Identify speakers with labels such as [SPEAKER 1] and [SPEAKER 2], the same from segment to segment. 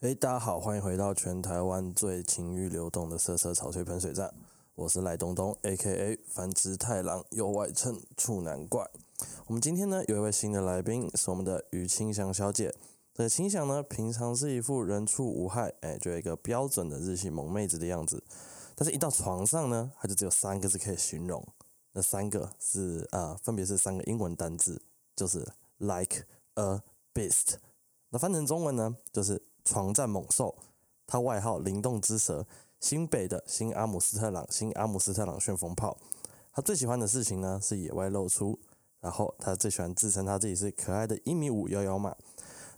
[SPEAKER 1] 哎，大家好，欢迎回到全台湾最情欲流动的色色潮吹喷水站，我是赖东东，A K A 繁殖太郎，又外称处男怪。我们今天呢有一位新的来宾，是我们的于清祥小姐。这个清祥呢，平常是一副人畜无害，哎，就一个标准的日系萌妹子的样子，但是一到床上呢，她就只有三个字可以形容，那三个是啊、呃分别是三个英文单字，就是 like a beast。那翻成中文呢，就是床战猛兽，他外号灵动之蛇，新北的新阿姆斯特朗，新阿姆斯特朗旋风炮。他最喜欢的事情呢是野外露出，然后他最喜欢自称他自己是可爱的一米五摇摇马。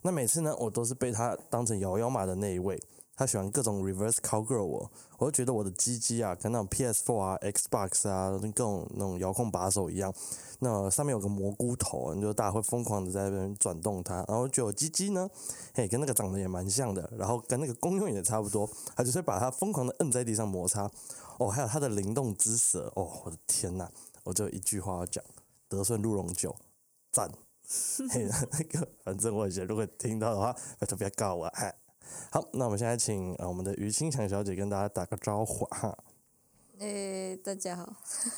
[SPEAKER 1] 那每次呢，我都是被他当成摇摇马的那一位。他喜欢各种 reverse cowgirl 我，我就觉得我的鸡鸡啊，跟那种 PS4 啊、Xbox 啊，跟各种那种遥控把手一样，那上面有个蘑菇头，你就大家会疯狂的在那边转动它，然后就有鸡鸡呢，嘿，跟那个长得也蛮像的，然后跟那个公用也差不多，他就是把它疯狂的摁在地上摩擦。哦，还有它的灵动之舌，哦，我的天呐，我就一句话要讲，德顺鹿茸酒，赞。嘿，那个，反正我以前如果听到的话，拜托不要告我。哎，好，那我们现在请呃我们的于清祥小姐跟大家打个招呼哈。
[SPEAKER 2] 诶、大家好。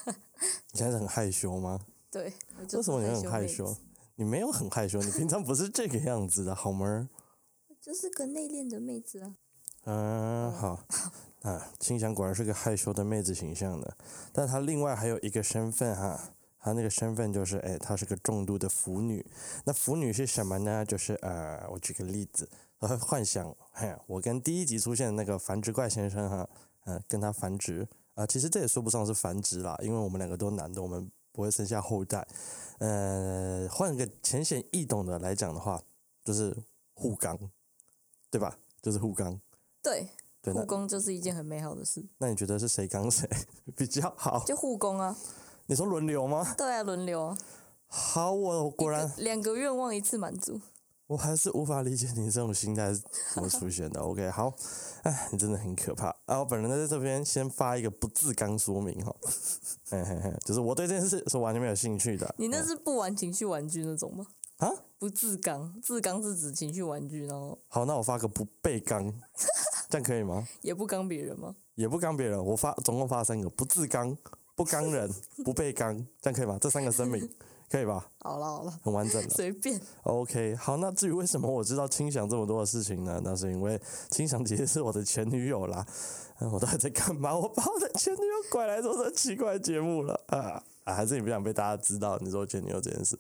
[SPEAKER 1] 你现在是很害羞吗？
[SPEAKER 2] 对，我就
[SPEAKER 1] 为
[SPEAKER 2] 是
[SPEAKER 1] 什么你会很害
[SPEAKER 2] 妹子
[SPEAKER 1] 羞？？你没有很害羞，你平常不是这个样子的，好吗？
[SPEAKER 2] 就是个内敛的妹子啊。
[SPEAKER 1] 嗯，好，啊，清香果然是个害羞的妹子形象的，但她另外还有一个身份哈，她那个身份就是，哎，她是个重度的腐女。那腐女是什么呢？就是呃，我举个例子，她会幻想，嘿，我跟第一集出现的那个繁殖怪先生哈，嗯、跟他繁殖啊、其实这也说不上是繁殖啦，因为我们两个都男的，我们不会生下后代。呃，换个浅显易懂的来讲的话，就是护肛，对吧？就是护肛。
[SPEAKER 2] 对，
[SPEAKER 1] 对，那
[SPEAKER 2] 护工就是一件很美好的事，
[SPEAKER 1] 那你觉得是谁刚谁 比较好？
[SPEAKER 2] 就护工啊，
[SPEAKER 1] 你说轮流吗？
[SPEAKER 2] 对啊，轮流啊。
[SPEAKER 1] 好，我果然
[SPEAKER 2] 一个两个愿望一次满足，
[SPEAKER 1] 我还是无法理解你这种心态是怎么出 现的。OK，好，哎，你真的很可怕啊！我本人在这边先发一个不自刚说明哈， 嘿嘿嘿，就是我对这件事是完全没有兴趣的。
[SPEAKER 2] 你那
[SPEAKER 1] 嗯
[SPEAKER 2] 是不玩情绪玩具那种吗？
[SPEAKER 1] 啊？
[SPEAKER 2] 不自刚，自刚是指情绪玩具，然后
[SPEAKER 1] 好，那我发个不被刚，这样可以吗？
[SPEAKER 2] 也不刚别人吗？
[SPEAKER 1] 也不刚别人，我发总共发三个不自刚、不刚人、不被刚，这样可以吗？这三个声明可以吧？
[SPEAKER 2] 好了好了，
[SPEAKER 1] 很完整了。
[SPEAKER 2] 随便。
[SPEAKER 1] OK，好，那至于为什么我知道清祥这么多的事情呢？那是因为清祥姐姐是我的前女友啦。啊我到底在干嘛？我把我的前女友拐来做这奇怪的节目了啊啊！还是你不想被大家知道你说前女友这件事？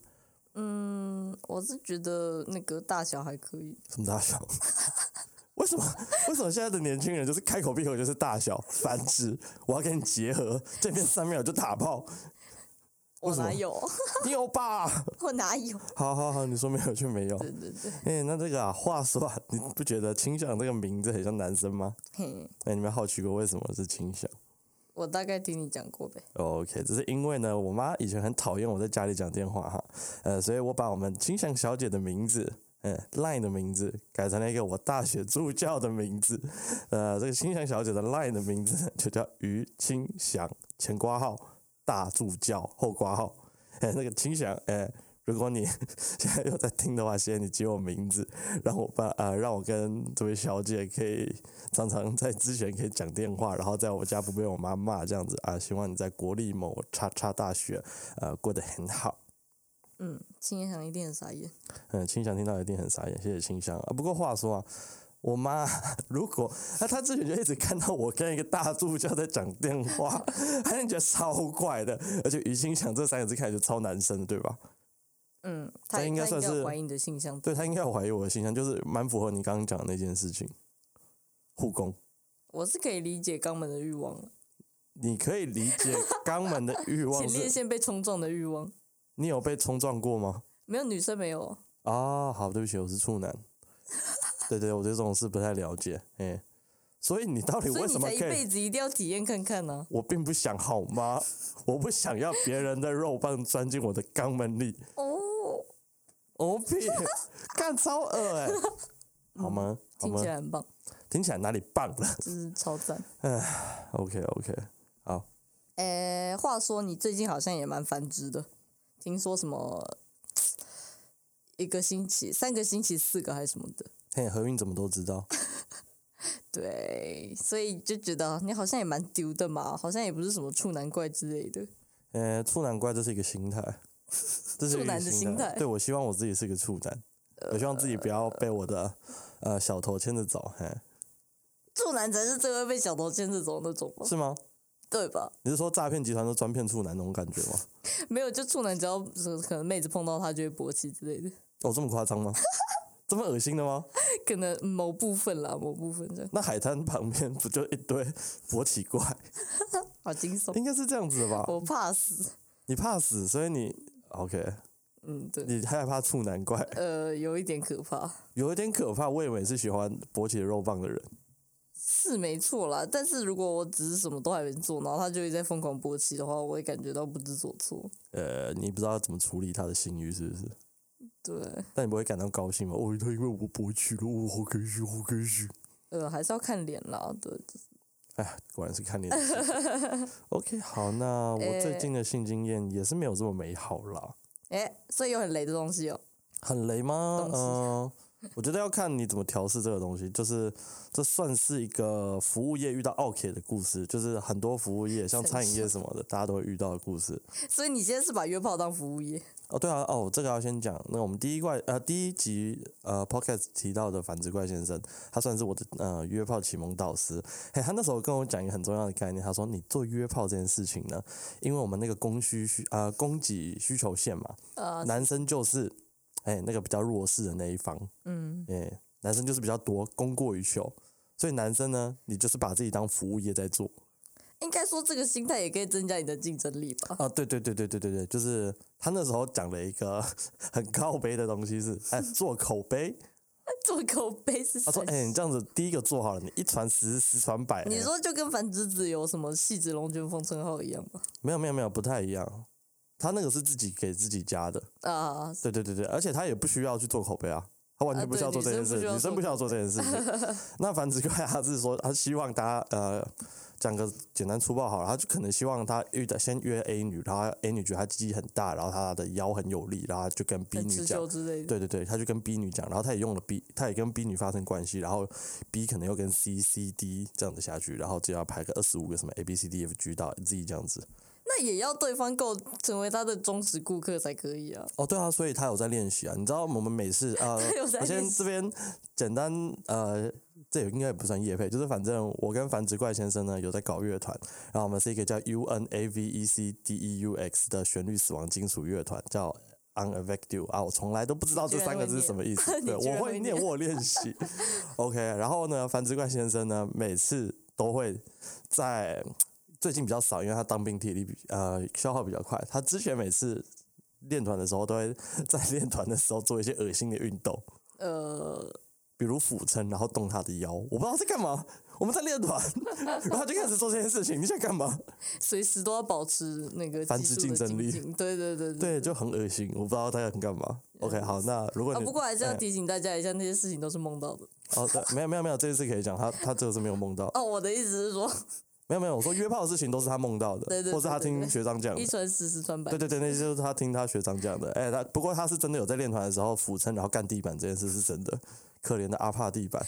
[SPEAKER 2] 嗯，我是觉得那个大小还可以，
[SPEAKER 1] 什么大小？ 为什么？为什么现在的年轻人就是开口闭口就是大小繁殖？我要跟你结合，见面三秒就打炮，
[SPEAKER 2] 我
[SPEAKER 1] 什么
[SPEAKER 2] 哪有？
[SPEAKER 1] 你有吧？
[SPEAKER 2] 我哪有？
[SPEAKER 1] 好好好，你说没有就没有。
[SPEAKER 2] 对对对，
[SPEAKER 1] 哎、那这个啊，话说啊，你不觉得清祥这个名字很像男生吗？
[SPEAKER 2] 嘿，
[SPEAKER 1] 哎、你们好奇过为什么是清香
[SPEAKER 2] 我大概听你讲过呗。
[SPEAKER 1] ？OK，只是因为呢，我妈以前很讨厌我在家里讲电话哈，呃，所以我把我们清香小姐的名字，嗯、l i n e 的名字改成了一个我大学助教的名字，呃，这个清香小姐的 Line 的名字呢就叫于清祥，前挂号大助教，后挂号，哎、那个清祥，哎、如果你 现在又在听的话，谢谢你记我名字，让我把呃，让我跟这位小姐可以常常在之前可以讲电话，然后在我家不被我妈骂这样子啊、希望你在国立某叉叉大学呃过得很好。
[SPEAKER 2] 嗯，青叶想一定很傻眼。
[SPEAKER 1] 嗯，清祥听到一定很傻眼，谢谢清祥啊。不过话说啊，我妈如果那、她之前就一直看到我跟一个大助教在讲电话，她就觉得超怪的。而且于清祥这三个字看起来就超男生的，对吧？
[SPEAKER 2] 嗯，他
[SPEAKER 1] 这应该
[SPEAKER 2] 他
[SPEAKER 1] 算
[SPEAKER 2] 要
[SPEAKER 1] 是
[SPEAKER 2] 怀疑你的性向。
[SPEAKER 1] 对她应该有怀疑我的形象，就是蛮符合你刚刚讲的那件事情。 护工，
[SPEAKER 2] 我是可以理解肛门的欲望了，
[SPEAKER 1] 你可以理解肛门的欲望
[SPEAKER 2] 前列
[SPEAKER 1] 是？
[SPEAKER 2] 腺被冲撞的欲望。
[SPEAKER 1] 你有被冲撞过吗？
[SPEAKER 2] 没有女生没有，
[SPEAKER 1] 啊，好，对不起，我是处男。对对，我对这种事不太了解。哎、所以你到底
[SPEAKER 2] 所以
[SPEAKER 1] 为
[SPEAKER 2] 你
[SPEAKER 1] 什么
[SPEAKER 2] 才一
[SPEAKER 1] 可以
[SPEAKER 2] 辈子一定要体验看看啊呢、
[SPEAKER 1] 我并不想好吗？我不想要别人的肉棒钻进我的肛门里。
[SPEAKER 2] 哦，
[SPEAKER 1] 哦屁，干超恶 哎、好吗？好
[SPEAKER 2] 嗯听
[SPEAKER 1] 吗
[SPEAKER 2] 起？来很棒，
[SPEAKER 1] 听起来哪里棒了
[SPEAKER 2] 就是超赞。
[SPEAKER 1] ？OK OK，好，
[SPEAKER 2] 诶、话说你最近好像也蛮繁殖的，听说什么一个星期、三个星期、四个还是什么的，
[SPEAKER 1] 嘿，何韵怎么都知道？
[SPEAKER 2] 对，所以就觉得啊你好像也蛮丢的嘛，好像也不是什么处男怪之类的。
[SPEAKER 1] 呃，处男怪这是一个心态，这是一
[SPEAKER 2] 处男
[SPEAKER 1] 个
[SPEAKER 2] 的
[SPEAKER 1] 心
[SPEAKER 2] 心
[SPEAKER 1] 态。
[SPEAKER 2] 态呃
[SPEAKER 1] 对我希望我自己是个处男，我希望自己不要被我的呃小头牵着走，嘿，
[SPEAKER 2] 处男才是最会被小头牵着走的那种吧，
[SPEAKER 1] 是吗？
[SPEAKER 2] 对吧？
[SPEAKER 1] 你是说诈骗集团都专骗处男那种感觉吗？
[SPEAKER 2] 没有，就处男只要呃可能妹子碰到他就会勃起之类的，
[SPEAKER 1] 哦，这么夸张吗？这么恶心的吗？
[SPEAKER 2] 可能某部分啦，某部分这样，
[SPEAKER 1] 那海滩旁边不就一堆勃起怪？
[SPEAKER 2] 好惊悚，
[SPEAKER 1] 应该是这样子的吧？
[SPEAKER 2] 我怕死。
[SPEAKER 1] 你怕死，所以你 OK，
[SPEAKER 2] 嗯，对，
[SPEAKER 1] 你害怕处男怪，
[SPEAKER 2] 呃，有一点可怕，
[SPEAKER 1] 有一点可怕。魏伟是喜欢勃起的肉棒的人，
[SPEAKER 2] 是没错啦。但是如果我只是什么都还没做，然后他就会在疯狂勃起的话，我会感觉到不知所措。
[SPEAKER 1] 呃，你不知道怎么处理他的性欲是不是？
[SPEAKER 2] 对，
[SPEAKER 1] 但你不会感到高兴吗？哦，他因为我勃起了，哦，好开心，好开心。
[SPEAKER 2] 呃，还是要看脸啦。对，
[SPEAKER 1] 哎，果然是看脸的性格。OK，好，那我最近的性经验也是没有这么美好啦。
[SPEAKER 2] 哎，所以有很雷的东西哦。
[SPEAKER 1] 很雷吗？
[SPEAKER 2] 东
[SPEAKER 1] 嗯、
[SPEAKER 2] 西
[SPEAKER 1] 我觉得要看你怎么调试这个东西。就是这算是一个服务业遇到 OK 的故事，就是很多服务业像
[SPEAKER 2] 真
[SPEAKER 1] 餐饮业
[SPEAKER 2] 是
[SPEAKER 1] 什么的，大家都会遇到的故事。
[SPEAKER 2] 所以你现在是把约炮当服务业？
[SPEAKER 1] 哦，对啊，哦，这个要先讲。那我们第一怪呃第一集呃 podcast 提到的反直怪先生，他算是我的呃约炮启蒙导师。嘿，他那时候跟我讲一个很重要的概念，他说你做约炮这件事情呢，因为我们那个供需需呃供给需求线嘛，
[SPEAKER 2] 呃，
[SPEAKER 1] 男生就是哎那个比较弱势的那一方，
[SPEAKER 2] 嗯，
[SPEAKER 1] 哎，男生就是比较多，供过于求。所以男生呢，你就是把自己当服务业在做
[SPEAKER 2] 应该说这个心态也可以增加你的竞争力吧。
[SPEAKER 1] 啊！对对对对对对对，就是他那时候讲了一个 很靠背的东西是，哎，做口碑，
[SPEAKER 2] 做口碑是
[SPEAKER 1] 他 说：“
[SPEAKER 2] 三
[SPEAKER 1] 哎、你这样子第一个做好了，你一传十，十传百。
[SPEAKER 2] 你
[SPEAKER 1] 哎
[SPEAKER 2] 说就跟繁殖子有什么戏子龙卷风称号一样吗？
[SPEAKER 1] 没有没有没有，不太一样。他那个是自己给自己加的，
[SPEAKER 2] 啊，
[SPEAKER 1] 对对对对，而且他也不需要去做口碑啊，他完
[SPEAKER 2] 啊
[SPEAKER 1] 全不需要
[SPEAKER 2] 对
[SPEAKER 1] 做这件
[SPEAKER 2] 女
[SPEAKER 1] 事，
[SPEAKER 2] 生不需要
[SPEAKER 1] 女生不需要做
[SPEAKER 2] 做
[SPEAKER 1] 这件事 情。那繁殖怪他是说，他希望大家呃讲个简单粗暴好了，他就可能希望他遇到先约 A 女，然后 A 女觉得她鸡鸡很大，然后她的腰很有力，然后他就跟 B
[SPEAKER 2] 很
[SPEAKER 1] 女
[SPEAKER 2] 持
[SPEAKER 1] 讲
[SPEAKER 2] 久，之类的。
[SPEAKER 1] 对对对，他就跟 B 女讲，然后他也用了 B，他也跟 B 女发生关系，然后 B 可能又跟 C、C、D 这样子下去，然后只要排个二十五个什么 A、B、C、D、F、G E 到 Z 这样子。
[SPEAKER 2] 那也要对方够成为他的忠实顾客才可以啊。
[SPEAKER 1] 哦，对啊，所以他有在练习啊。你知道我们每次呃
[SPEAKER 2] 他有，在
[SPEAKER 1] 我先
[SPEAKER 2] 练习
[SPEAKER 1] 这边简单呃，这也应该也不算业配，就是反正我跟繁殖怪先生呢有在搞乐团，然后我们是一个叫 U N A V E C D E U X 的旋律死亡金属乐团，叫 u n a v e c t u 啊，我从来都不知道这
[SPEAKER 2] 居然
[SPEAKER 1] 三个
[SPEAKER 2] 会
[SPEAKER 1] 字是
[SPEAKER 2] 念
[SPEAKER 1] 什么意思，
[SPEAKER 2] 你
[SPEAKER 1] 对，
[SPEAKER 2] 居
[SPEAKER 1] 我
[SPEAKER 2] 然
[SPEAKER 1] 会
[SPEAKER 2] 会
[SPEAKER 1] 念，
[SPEAKER 2] 念
[SPEAKER 1] 我有练 习。OK，然后呢，繁殖怪先生呢，每次都会在最近比较少，因为他当兵体力比呃消耗比较快。他之前每次练团的时候，都会 在练团的时候做一些恶心的运动，
[SPEAKER 2] 呃，
[SPEAKER 1] 比如俯撑，然后动他的腰。我不知道在干嘛，我们在练 团，然后他就开始做这件事情。你想干嘛？
[SPEAKER 2] 随时都要保持那个
[SPEAKER 1] 繁殖
[SPEAKER 2] 技术的
[SPEAKER 1] 竞争
[SPEAKER 2] 精
[SPEAKER 1] 力
[SPEAKER 2] 进对对对对。
[SPEAKER 1] 对，就很恶心。我不知道他在干嘛。OK，好，那如果
[SPEAKER 2] 啊，
[SPEAKER 1] 你
[SPEAKER 2] 不过还是要
[SPEAKER 1] 哎
[SPEAKER 2] 提醒大家一下，那些事情都是梦到的。
[SPEAKER 1] 哦，对，没有没有没有，这一次可以讲他他这个是没有梦到，
[SPEAKER 2] 哦，我的意思是说，
[SPEAKER 1] 没有没有，我说约炮的事情都是他梦到的，
[SPEAKER 2] 对对
[SPEAKER 1] 或是他
[SPEAKER 2] 对对
[SPEAKER 1] 听
[SPEAKER 2] 对
[SPEAKER 1] 学长讲的
[SPEAKER 2] 一。传十，十传百
[SPEAKER 1] 对。对对，那就是他听他学长讲的。哎、他不过他是真的有在练团的时候俯撑，然后干地板这件事是真的。可怜的阿帕地板，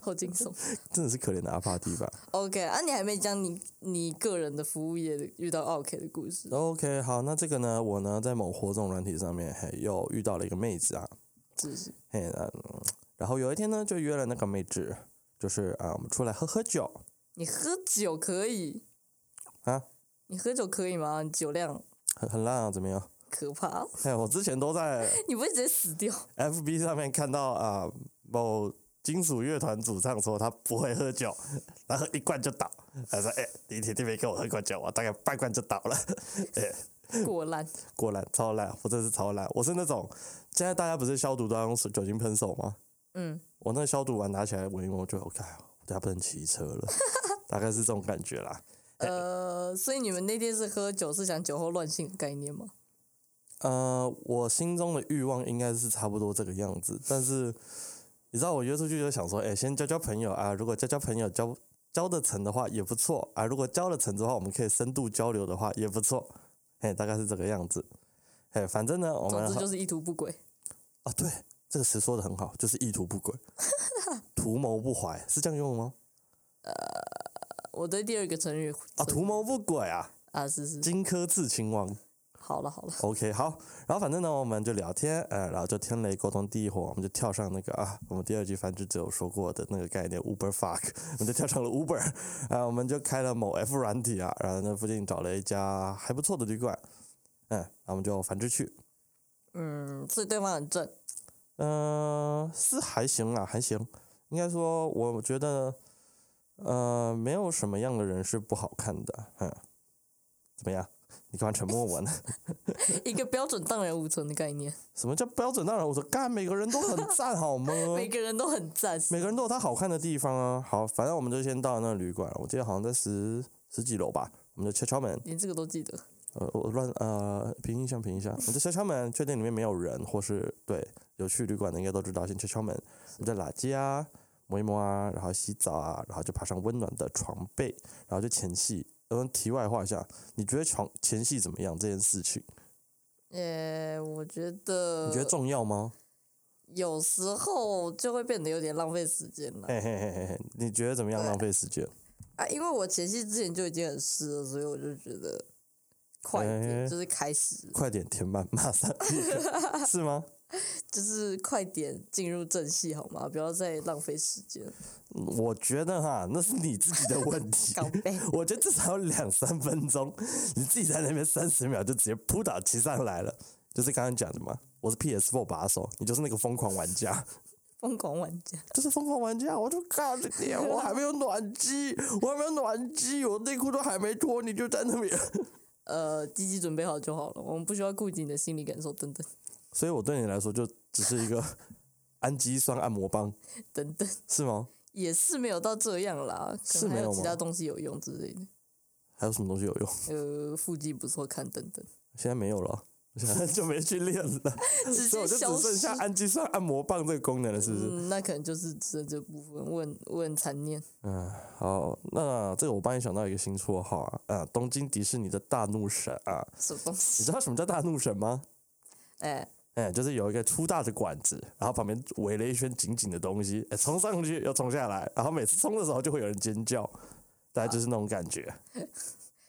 [SPEAKER 2] 好惊悚。
[SPEAKER 1] 真的是可怜的阿帕地板。
[SPEAKER 2] OK，啊，你还没讲你你个人的服务业的遇到 OK 的故事。
[SPEAKER 1] OK，好，那这个呢，我呢在某活动软体上面，嘿，又遇到了一个妹子啊，
[SPEAKER 2] 是是
[SPEAKER 1] 嘿，嗯，然后有一天呢，就约了那个妹子，就是啊，我们出来喝喝酒
[SPEAKER 2] 你喝酒可以
[SPEAKER 1] 啊？
[SPEAKER 2] 你喝酒可以吗？你酒量
[SPEAKER 1] 很很烂啊，怎么样？
[SPEAKER 2] 可怕，
[SPEAKER 1] 嘿，我之前都在
[SPEAKER 2] 你不会直接死掉？
[SPEAKER 1] FB 上面看到啊、某金属乐团主唱说他不会喝酒， 然后一罐就倒。他说：“哎、你天天没跟我喝过酒，啊我大概半罐就倒了。
[SPEAKER 2] 过烂，”
[SPEAKER 1] 果然超烂，我真是超烂。我是那种现在大家不是消毒都要用酒精喷手吗？
[SPEAKER 2] 嗯，
[SPEAKER 1] 我那消毒完拿起来闻一闻，我就 OK，我等下不能骑车了，大概是这种感觉啦。
[SPEAKER 2] 呃，所以你们那天是喝酒是想酒后乱性的概念吗？
[SPEAKER 1] 呃，我心中的欲望应该是差不多这个样子，但是你知道，我约出去就想说，哎、先交交朋友啊，如果交交朋友交交得成的话也不错啊，如果交了成的话，我们可以深度交流的话也不错，哎、大概是这个样子，哎、反正呢，我
[SPEAKER 2] 总
[SPEAKER 1] 们
[SPEAKER 2] 之
[SPEAKER 1] 很哦
[SPEAKER 2] 就是意图不轨。
[SPEAKER 1] 啊，对，这个词说的很好，就是意图不轨。图谋不怀，是这样用吗？
[SPEAKER 2] 我对第二个成语
[SPEAKER 1] 啊，
[SPEAKER 2] 存
[SPEAKER 1] 图谋不轨啊，
[SPEAKER 2] 啊是是，
[SPEAKER 1] 荆轲刺秦王。
[SPEAKER 2] 好了好了，
[SPEAKER 1] OK，好，然后反正呢，我们就聊天，呃，然后就天雷沟通地火，我们就跳上那个啊，我们第二集繁殖者有说过的那个概念 Uber fuck，我们就跳上了 Uber，啊、 我们就开了某 F 软体啊，然后那附近找了一家还不错的旅馆，嗯，然后我们就繁殖去，
[SPEAKER 2] 嗯，所以对方很正，
[SPEAKER 1] 嗯、是还行啊，还行，应该说我觉得，呃，没有什么样的人是不好看的，嗯，怎么样？你干嘛沉默我呢？
[SPEAKER 2] 一个标准荡然无存的概念，
[SPEAKER 1] 什么叫标准？当然，我说干，每个人都很赞，好吗？
[SPEAKER 2] 每个人都很赞，
[SPEAKER 1] 嗯每个人都有他好看的地方啊。好，反正我们就先到那个旅馆，我记得好像在十十几楼吧。我们就敲敲门，
[SPEAKER 2] 连这个都记得，
[SPEAKER 1] 呃，我乱呃，凭印象凭印象，我就敲敲门，确定里面没有人，或是对有去旅馆的应该都知道，先敲敲门，我们就拉鸡啊，摸一摸啊，然后洗澡啊，然后就爬上温暖的床被，然后就前戏。嗯，题外话一下，你觉得床前戏怎么样这件事情，
[SPEAKER 2] 呃，我觉得
[SPEAKER 1] 你觉得重要吗？
[SPEAKER 2] 有时候就会变得有点浪费时间了
[SPEAKER 1] 嘿嘿嘿嘿嘿，你觉得怎么样？浪费时间？
[SPEAKER 2] 啊，因为我前戏之前就已经很湿了，所以我就觉得快一点，
[SPEAKER 1] 哎
[SPEAKER 2] 就是开始，
[SPEAKER 1] 快点填满马上是吗？
[SPEAKER 2] 就是快点进入正戏好吗？不要再浪费时间，。
[SPEAKER 1] 我觉得哈，那是你自己的问题
[SPEAKER 2] 搞背。
[SPEAKER 1] 我觉得至少有两三分钟，你自己在那边三十秒就直接扑倒骑上来了，就是刚刚讲的嘛。我是 PS4 把手，你就是那个疯狂玩家，
[SPEAKER 2] 疯狂玩家，
[SPEAKER 1] 就是疯狂玩家。我就告诉你，我还没有暖机，我还没有暖机，我内裤都还没脱，你就在那边。
[SPEAKER 2] 呃，积极准备好就好了，我们不需要顾及你的心理感受，等等
[SPEAKER 1] 所以我对你来说就只是一个 氨基酸按摩棒，
[SPEAKER 2] 等等，
[SPEAKER 1] 是吗？
[SPEAKER 2] 也是没有到这样啦，可
[SPEAKER 1] 是
[SPEAKER 2] 能还
[SPEAKER 1] 没有
[SPEAKER 2] 其
[SPEAKER 1] 吗
[SPEAKER 2] 他东西有用之类的，
[SPEAKER 1] 还有什么东西有用？
[SPEAKER 2] 呃，腹肌不错看等等，
[SPEAKER 1] 现在没有了，现在就没去练了。
[SPEAKER 2] 直
[SPEAKER 1] 所以我
[SPEAKER 2] 接
[SPEAKER 1] 就
[SPEAKER 2] 消
[SPEAKER 1] 只剩
[SPEAKER 2] 失
[SPEAKER 1] 下。氨基酸按摩棒这个功能了，是不是？
[SPEAKER 2] 嗯，那可能就是只剩这部分，我很我很残念。
[SPEAKER 1] 嗯，好，那这个我帮你想到一个新绰号啊，啊，东京迪士尼的大怒神啊，
[SPEAKER 2] 什么东
[SPEAKER 1] 你
[SPEAKER 2] 西？
[SPEAKER 1] 知道什么叫大怒神吗？
[SPEAKER 2] 哎，
[SPEAKER 1] 哎，就是有一个粗大的管子，然后旁边围了一圈紧紧的东西，哎，冲上去又冲下来，然后每次冲的时候就会有人尖叫，大概就是那种感觉，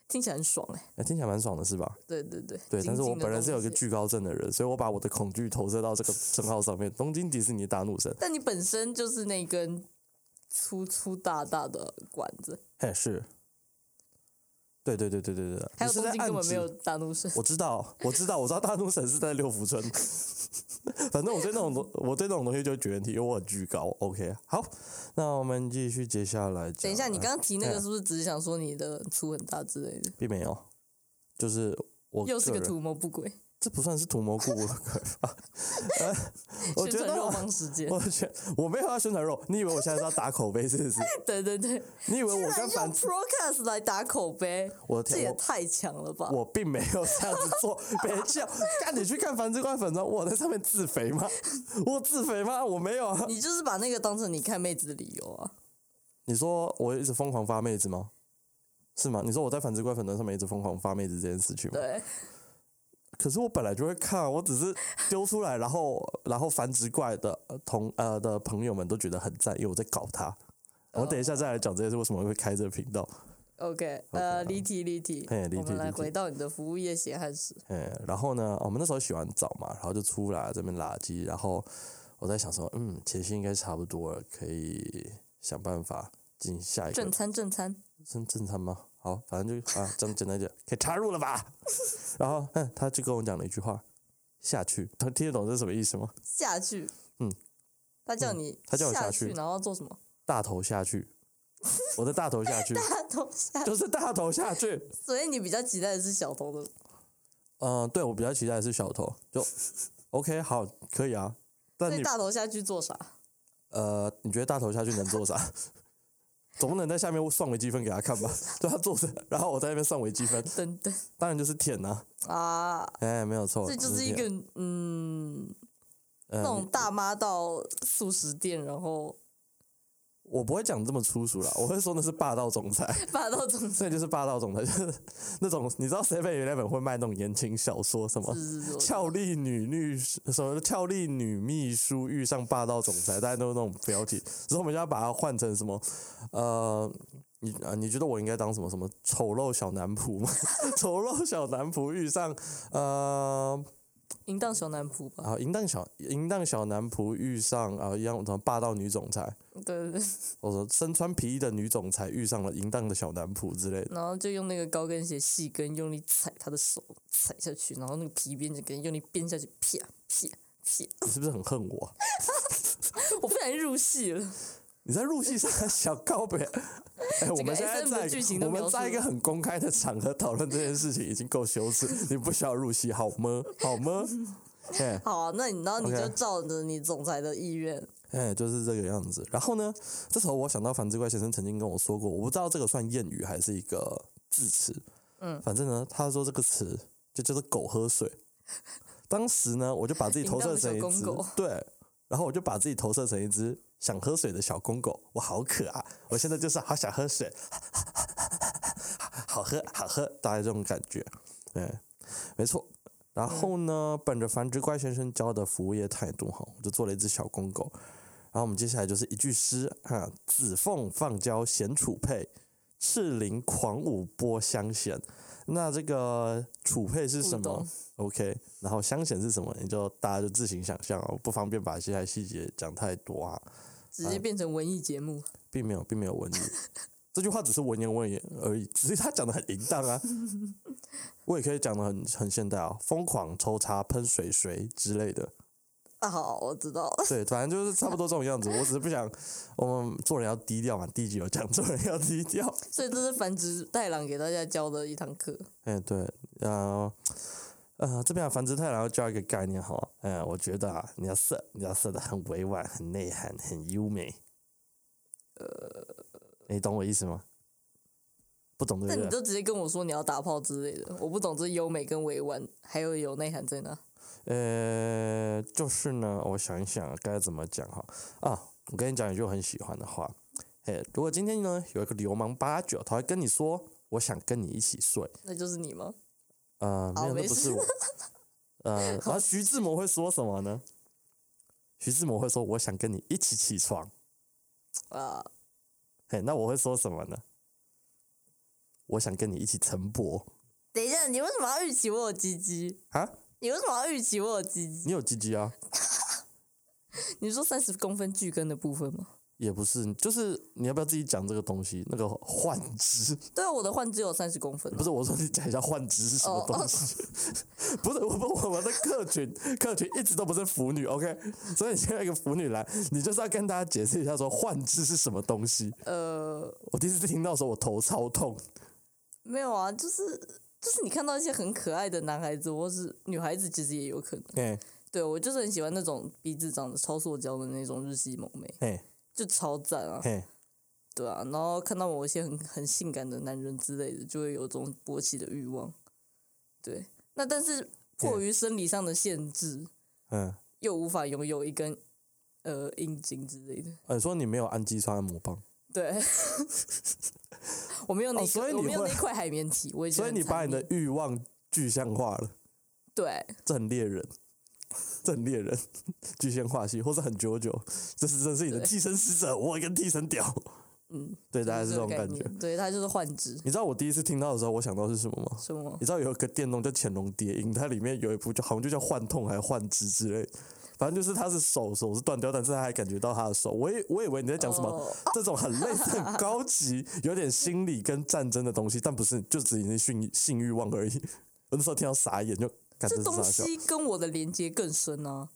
[SPEAKER 2] 听起来很爽哎、
[SPEAKER 1] 哎，听起来蛮爽的是吧？
[SPEAKER 2] 对对对，
[SPEAKER 1] 对，但是我
[SPEAKER 2] 紧紧地
[SPEAKER 1] 本人是有一个
[SPEAKER 2] 东西，
[SPEAKER 1] 惧高症的人，所以我把我的恐惧投射到这个称号上面，东京迪士尼大怒神，
[SPEAKER 2] 但你本身就是那根粗粗大大的管子，
[SPEAKER 1] 嘿，是，对对对对对对，你
[SPEAKER 2] 还有
[SPEAKER 1] 是
[SPEAKER 2] 东
[SPEAKER 1] 在
[SPEAKER 2] 京根
[SPEAKER 1] 暗
[SPEAKER 2] 本没
[SPEAKER 1] 指
[SPEAKER 2] 有大怒神，
[SPEAKER 1] 我知道，我知道，我知道大怒神是在六福村。 反正我对那种东，我对那种东西就会觉得问题，因为我很巨高。OK，好，那我们继续接下来讲。
[SPEAKER 2] 等一下，你刚刚提那
[SPEAKER 1] 哎
[SPEAKER 2] 个是不是只是想说你的很粗很大之类的？
[SPEAKER 1] 并没有，就是我
[SPEAKER 2] 又是个
[SPEAKER 1] 人
[SPEAKER 2] 图谋不轨，
[SPEAKER 1] 这不算是图谋不轨吧？呃 我
[SPEAKER 2] 宣
[SPEAKER 1] 觉
[SPEAKER 2] 传
[SPEAKER 1] 得
[SPEAKER 2] 肉
[SPEAKER 1] 啊，
[SPEAKER 2] 方时间。
[SPEAKER 1] 我觉我没有要宣传肉，你以为我现在是要打口碑是不是？
[SPEAKER 2] 对 对对，
[SPEAKER 1] 你以为
[SPEAKER 2] 居
[SPEAKER 1] 我
[SPEAKER 2] 然
[SPEAKER 1] 跟
[SPEAKER 2] 用
[SPEAKER 1] 反
[SPEAKER 2] Procast 来打口碑，
[SPEAKER 1] 我的
[SPEAKER 2] 这也
[SPEAKER 1] 天，
[SPEAKER 2] 太强了吧！
[SPEAKER 1] 我我并没有这样子做，别笑， 看你去看繁殖官粉砖，我在上面自肥吗？ 我自肥吗？我没有啊。
[SPEAKER 2] 你就是把那个当成你看妹子的理由 啊！
[SPEAKER 1] 你说我一直疯狂发妹子吗？是吗？你说我在反直怪粉团上面一直疯狂发妹子这件事情吗？
[SPEAKER 2] 对，
[SPEAKER 1] 可是我本来就会看，啊我只是丢出来，然后然后繁殖怪的呃同呃的朋友们都觉得很赞，因为我在搞他。我等一下再来讲这件事为什么会开这个频道。
[SPEAKER 2] OK，呃，离题离题，
[SPEAKER 1] 嘿离
[SPEAKER 2] 我
[SPEAKER 1] 题
[SPEAKER 2] 们来
[SPEAKER 1] 离题
[SPEAKER 2] 回到你的服务业血汗史。
[SPEAKER 1] 哎，然后呢，我们那时候洗完澡嘛，然后就出来这边垃圾，然后我在想说，嗯，前戏应该差不多了，可以想办法进下一个
[SPEAKER 2] 正餐正餐，
[SPEAKER 1] 正正常吗？好，反正就啊，这么简单一点，可以插入了吧？然后，嗯，他就跟我讲了一句话，下去，他听得懂这是什么意思吗？
[SPEAKER 2] 下去。
[SPEAKER 1] 嗯，
[SPEAKER 2] 他叫你、
[SPEAKER 1] 他叫我下去
[SPEAKER 2] 去，然后做什么？
[SPEAKER 1] 大头下去，我的大头下去，
[SPEAKER 2] 大头下去。
[SPEAKER 1] 就是大头下去。
[SPEAKER 2] 所以你比较期待的是小头的，
[SPEAKER 1] 嗯、对我比较期待的是小头，就 OK，好，可以啊。但
[SPEAKER 2] 所以
[SPEAKER 1] 你
[SPEAKER 2] 大头下去做啥？
[SPEAKER 1] 呃，你觉得大头下去能做啥？ 总不能在下面算微积分给他看吧？ 就他坐着，然后我在那边算微积分，
[SPEAKER 2] 等等
[SPEAKER 1] 当然就是舔呐、
[SPEAKER 2] 啊，
[SPEAKER 1] 哎，没有错，
[SPEAKER 2] 这就是一
[SPEAKER 1] 舔
[SPEAKER 2] 个嗯，
[SPEAKER 1] 嗯
[SPEAKER 2] 那种大妈到素食店，然后
[SPEAKER 1] 我不会讲这么粗俗啦，我会说那是霸道总裁，
[SPEAKER 2] 霸道总
[SPEAKER 1] 所以就是霸道总裁，就是那种你知道 Seven Eleven 会卖那种言情小说什么
[SPEAKER 2] 是是是我
[SPEAKER 1] 俏丽女律师，什么俏丽女秘书遇上霸道总裁，大家都是那种标题，所以我们就要把它换成什么？呃，你啊，你觉得我应该当什么什么丑陋小男仆吗？ 丑陋小男仆遇上呃
[SPEAKER 2] 淫荡小男仆吧？
[SPEAKER 1] 啊淫荡小淫荡小男仆遇上啊一样什么霸道女总裁，
[SPEAKER 2] 对对 对，
[SPEAKER 1] 我说身穿皮衣的女总裁遇上了淫荡的小男仆之类的。
[SPEAKER 2] 然后就用那个高跟鞋细跟用力踩他的手，踩下去，然后那个皮鞭就跟用力鞭下去，啪啪啪！
[SPEAKER 1] 你是不是很恨我啊、
[SPEAKER 2] 我不小心入戏了，
[SPEAKER 1] 你在入戏上小告别？哎、我们现在
[SPEAKER 2] SM
[SPEAKER 1] 在
[SPEAKER 2] 的剧情
[SPEAKER 1] 我
[SPEAKER 2] 都
[SPEAKER 1] 们
[SPEAKER 2] 描述
[SPEAKER 1] 在一个很公开的场合讨论这件事情已经够羞耻，你不需要入戏好吗？好吗？哎
[SPEAKER 2] 好、啊，那你然后你
[SPEAKER 1] OK
[SPEAKER 2] 就照着你总裁的意愿
[SPEAKER 1] 哎，就是这个样子。然后呢，这时候我想到反之怪先生曾经跟我说过，我不知道这个算谚语还是一个字词，嗯，反正呢，他说这个词就叫做“狗喝水”。当时呢，我就把自己投射成一
[SPEAKER 2] 淫荡的
[SPEAKER 1] 只
[SPEAKER 2] 小公狗
[SPEAKER 1] 对，然后我就把自己投射成一只想喝水的小公狗，我好渴啊！我现在就是好想喝水， 好喝好喝，大概这种感觉，对，没错。然后呢，本着繁殖怪先生教的服务业态度哈，我就做了一只小公狗。然后我们接下来就是一句诗哈：紫凤放娇闲楚佩，赤翎狂舞拨香弦。那这个楚佩是什
[SPEAKER 2] 互
[SPEAKER 1] 么
[SPEAKER 2] 动？
[SPEAKER 1] OK，然后香涧是什么，你就大家就自行想象哦，不方便把接下来细节讲太多啊，
[SPEAKER 2] 直接变成文艺节目。
[SPEAKER 1] 并没有，并没有文艺，这句话只是文言文言而已，只是他讲的很淫荡 啊，我也可以讲的很很现代啊，疯狂抽插、喷水水之类的，
[SPEAKER 2] 啊，好，我知道了。
[SPEAKER 1] 对，反正就是差不多这种样子，我只是不想我们做人要低调嘛，第一集有讲做人要低 调，
[SPEAKER 2] 所以这是繁殖太郎给大家教的一堂课。
[SPEAKER 1] 哎、对，呃，呃，这边啊，繁殖太郎要教一个概念好了，哎、我觉得啊，你要设，你要设的很委婉、很内涵、很优美。呃，你懂我意思吗？不懂对啊
[SPEAKER 2] 那
[SPEAKER 1] 不
[SPEAKER 2] 你
[SPEAKER 1] 对？
[SPEAKER 2] 就直接跟我说你要打炮之类的，我不懂这优美跟委婉还有有内涵在哪。
[SPEAKER 1] 呃，就是呢，我想一想该怎么讲哈啊，我跟你讲一句我很喜欢的话，哎，如果今天呢有一个流氓八九，他会跟你说，我想跟你一起睡，
[SPEAKER 2] 那就是你吗？
[SPEAKER 1] 呃，没
[SPEAKER 2] 好
[SPEAKER 1] 有，那
[SPEAKER 2] 哦没
[SPEAKER 1] 不是
[SPEAKER 2] 事
[SPEAKER 1] 我。呃，然后徐志摩会说什么呢？徐志摩会说：“我想跟你一起起床。
[SPEAKER 2] 啊，”
[SPEAKER 1] 嘿，那我会说什么呢？我想跟你一起晨勃
[SPEAKER 2] 等一下，你为什么要预期我有鸡鸡？
[SPEAKER 1] 啊！
[SPEAKER 2] 你为什么要预期我有鸡鸡？
[SPEAKER 1] 你有鸡鸡啊？
[SPEAKER 2] 你说三十公分巨根的部分吗？
[SPEAKER 1] 也不是，就是你要不要自己讲这个东西？那个幻肢，
[SPEAKER 2] 对啊，我的幻肢有三十公分啊、
[SPEAKER 1] 不是我说你讲一下幻肢是什么
[SPEAKER 2] 哦
[SPEAKER 1] 东西？ 不是，我们我们的客群客群一直都不是腐女，OK？所以你现在一个腐女来，你就是要跟大家解释一下说幻肢是什么东西。
[SPEAKER 2] 呃，
[SPEAKER 1] 我第一次听到的时候，我头超痛。
[SPEAKER 2] 没有啊，就是就是你看到一些很可爱的男孩子或是女孩子，其实也有可能。
[SPEAKER 1] 哎、
[SPEAKER 2] 对我就是很喜欢那种鼻子长得超塑胶的那种日系萌妹，
[SPEAKER 1] 嘿，
[SPEAKER 2] 就超赞啊！
[SPEAKER 1] 嘿，
[SPEAKER 2] 对啊，然后看到某一些很很性感的男人之类的，就会有种勃起的欲望。对，那但是迫于生理上的限制，
[SPEAKER 1] 嗯，
[SPEAKER 2] 又无法拥有一根呃阴茎之类的。
[SPEAKER 1] 呃，说你没有氨基酸按摩 棒，
[SPEAKER 2] 对， 我没有那
[SPEAKER 1] 哦
[SPEAKER 2] 个、
[SPEAKER 1] 所以
[SPEAKER 2] 我
[SPEAKER 1] 你
[SPEAKER 2] 没有
[SPEAKER 1] 会
[SPEAKER 2] 那块海绵体，我也觉
[SPEAKER 1] 所
[SPEAKER 2] 得
[SPEAKER 1] 以你
[SPEAKER 2] 很
[SPEAKER 1] 把
[SPEAKER 2] 残
[SPEAKER 1] 你的
[SPEAKER 2] 忍
[SPEAKER 1] 欲望具象化了，
[SPEAKER 2] 对
[SPEAKER 1] 这很猎人， 这很猎人， 具象化系，或者很久久，这是这是你的
[SPEAKER 2] 对
[SPEAKER 1] 替身使者，我有一个替身屌，
[SPEAKER 2] 嗯，
[SPEAKER 1] 对，大概
[SPEAKER 2] 就是
[SPEAKER 1] 这
[SPEAKER 2] 个
[SPEAKER 1] 种
[SPEAKER 2] 概
[SPEAKER 1] 感觉。
[SPEAKER 2] 念对，它就是幻肢，
[SPEAKER 1] 你知道我第一次听到的时候，我想到是什么吗？
[SPEAKER 2] 什么
[SPEAKER 1] 你知道有一个电动叫《潜龙谍影》，它里面有一部就好像就叫幻痛还是幻肢之类，反正就是他是手手是断掉，但是他还感觉到他的手。我以我以为你在讲什么
[SPEAKER 2] 哦
[SPEAKER 1] 这种很类似、很高级、有点心理跟战争的东西，但不是，就只是性性欲望而已。我那时候听到傻眼，就感觉
[SPEAKER 2] 这
[SPEAKER 1] 是傻
[SPEAKER 2] 东
[SPEAKER 1] 笑。
[SPEAKER 2] 西跟我的连接更深啊。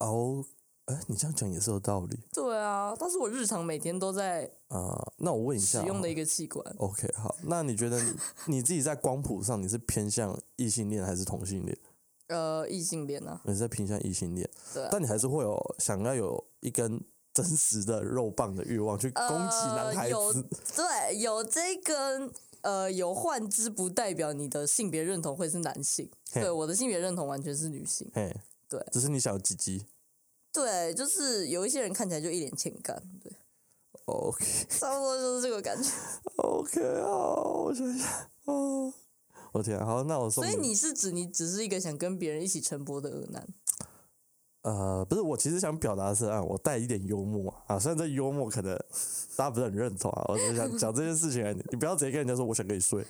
[SPEAKER 1] 哦，哎，你这样讲也是有道理
[SPEAKER 2] 对啊，它是我日常每天都在
[SPEAKER 1] 啊、那我问一
[SPEAKER 2] 使
[SPEAKER 1] 下哦
[SPEAKER 2] 用的一个器官。
[SPEAKER 1] ，OK，好，那你觉得你你自己在光谱上你是偏向异性恋还是同性恋？
[SPEAKER 2] 呃，异性恋啊，
[SPEAKER 1] 你是在偏向异性恋，
[SPEAKER 2] 对啊
[SPEAKER 1] 但你还是会有想要有一根真实的肉棒的欲望去攻击男
[SPEAKER 2] 呃，
[SPEAKER 1] 孩子。
[SPEAKER 2] 有对有这根呃有幻肢，不代表你的性别认同会是男性。
[SPEAKER 1] 嘿
[SPEAKER 2] 对，我的性别认同完全是女性。
[SPEAKER 1] 嘿，
[SPEAKER 2] 对
[SPEAKER 1] 只是你想要鸡鸡，
[SPEAKER 2] 对，就是有一些人看起来就一脸欠干，对，
[SPEAKER 1] OK
[SPEAKER 2] 差不多就是这个感觉。
[SPEAKER 1] OK 啊，我想想哦，我天啊、好，那 我送
[SPEAKER 2] 所以你是指你只是一个想跟别人一起晨勃的恶男？
[SPEAKER 1] 呃，不是，我其实想表达的是啊，我带一点幽默啊，虽然这幽默可能大家不是很认同啊，我只是想讲这件事情而已，你不要直接跟人家说我想跟你睡，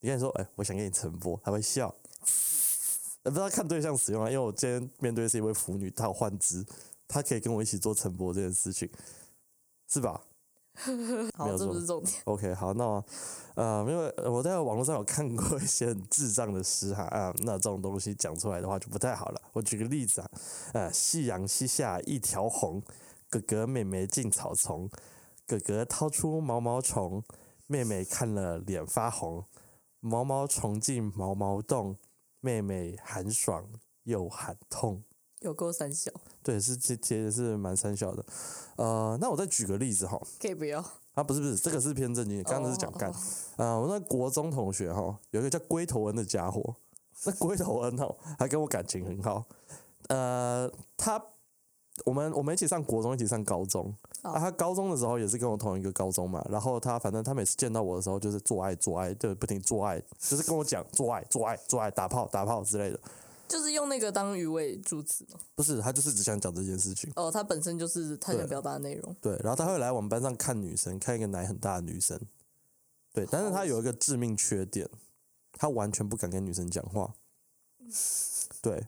[SPEAKER 1] 你跟你说哎、我想跟你晨勃，他会笑。呃不知道看对象使用啊，因为我今天面对的是一位腐女，她有幻肢，她可以跟我一起做晨勃这件事情，是吧？没
[SPEAKER 2] 好，
[SPEAKER 1] 有
[SPEAKER 2] 这
[SPEAKER 1] 错
[SPEAKER 2] 不是重点。
[SPEAKER 1] OK，好，那我呃，因为呃我在网络上有看过一些很智障的诗哈啊、那这种东西讲出来的话就不太好了。我举个例子啊，呃，夕阳西下一条红，哥哥妹妹进草丛，哥哥掏出毛毛虫，妹妹看了脸发红，毛毛虫进毛毛洞，妹妹喊爽又喊痛。
[SPEAKER 2] 有够三小，
[SPEAKER 1] 对，是这这也是蛮三小的。呃，那我再举个例子哈，
[SPEAKER 2] 可以不要。
[SPEAKER 1] 啊，不是不是，这个是偏正经的，刚刚是讲干
[SPEAKER 2] 哦。
[SPEAKER 1] 啊，我那国中同学哈，有一个叫龟头恩的家伙，那龟头恩哦，他跟我感情很好。呃，他我们我们一起上国中，一起上高中。
[SPEAKER 2] 哦
[SPEAKER 1] 啊，他高中的时候也是跟我同一个高中嘛。然后他反正他每次见到我的时候，就是做爱做爱，就不停做爱，就是跟我讲做爱做爱做爱，打炮打炮之类的。
[SPEAKER 2] 就是用那个当鱼尾助词嘛。
[SPEAKER 1] 不是，他就是只想讲这件事情。
[SPEAKER 2] 哦，他本身就是他想
[SPEAKER 1] 对
[SPEAKER 2] 表达的内容。
[SPEAKER 1] 对，然后他会来我们班上看女生，看一个奶很大的女生。对，但是他有一个致命缺点，他完全不敢跟女生讲话。对，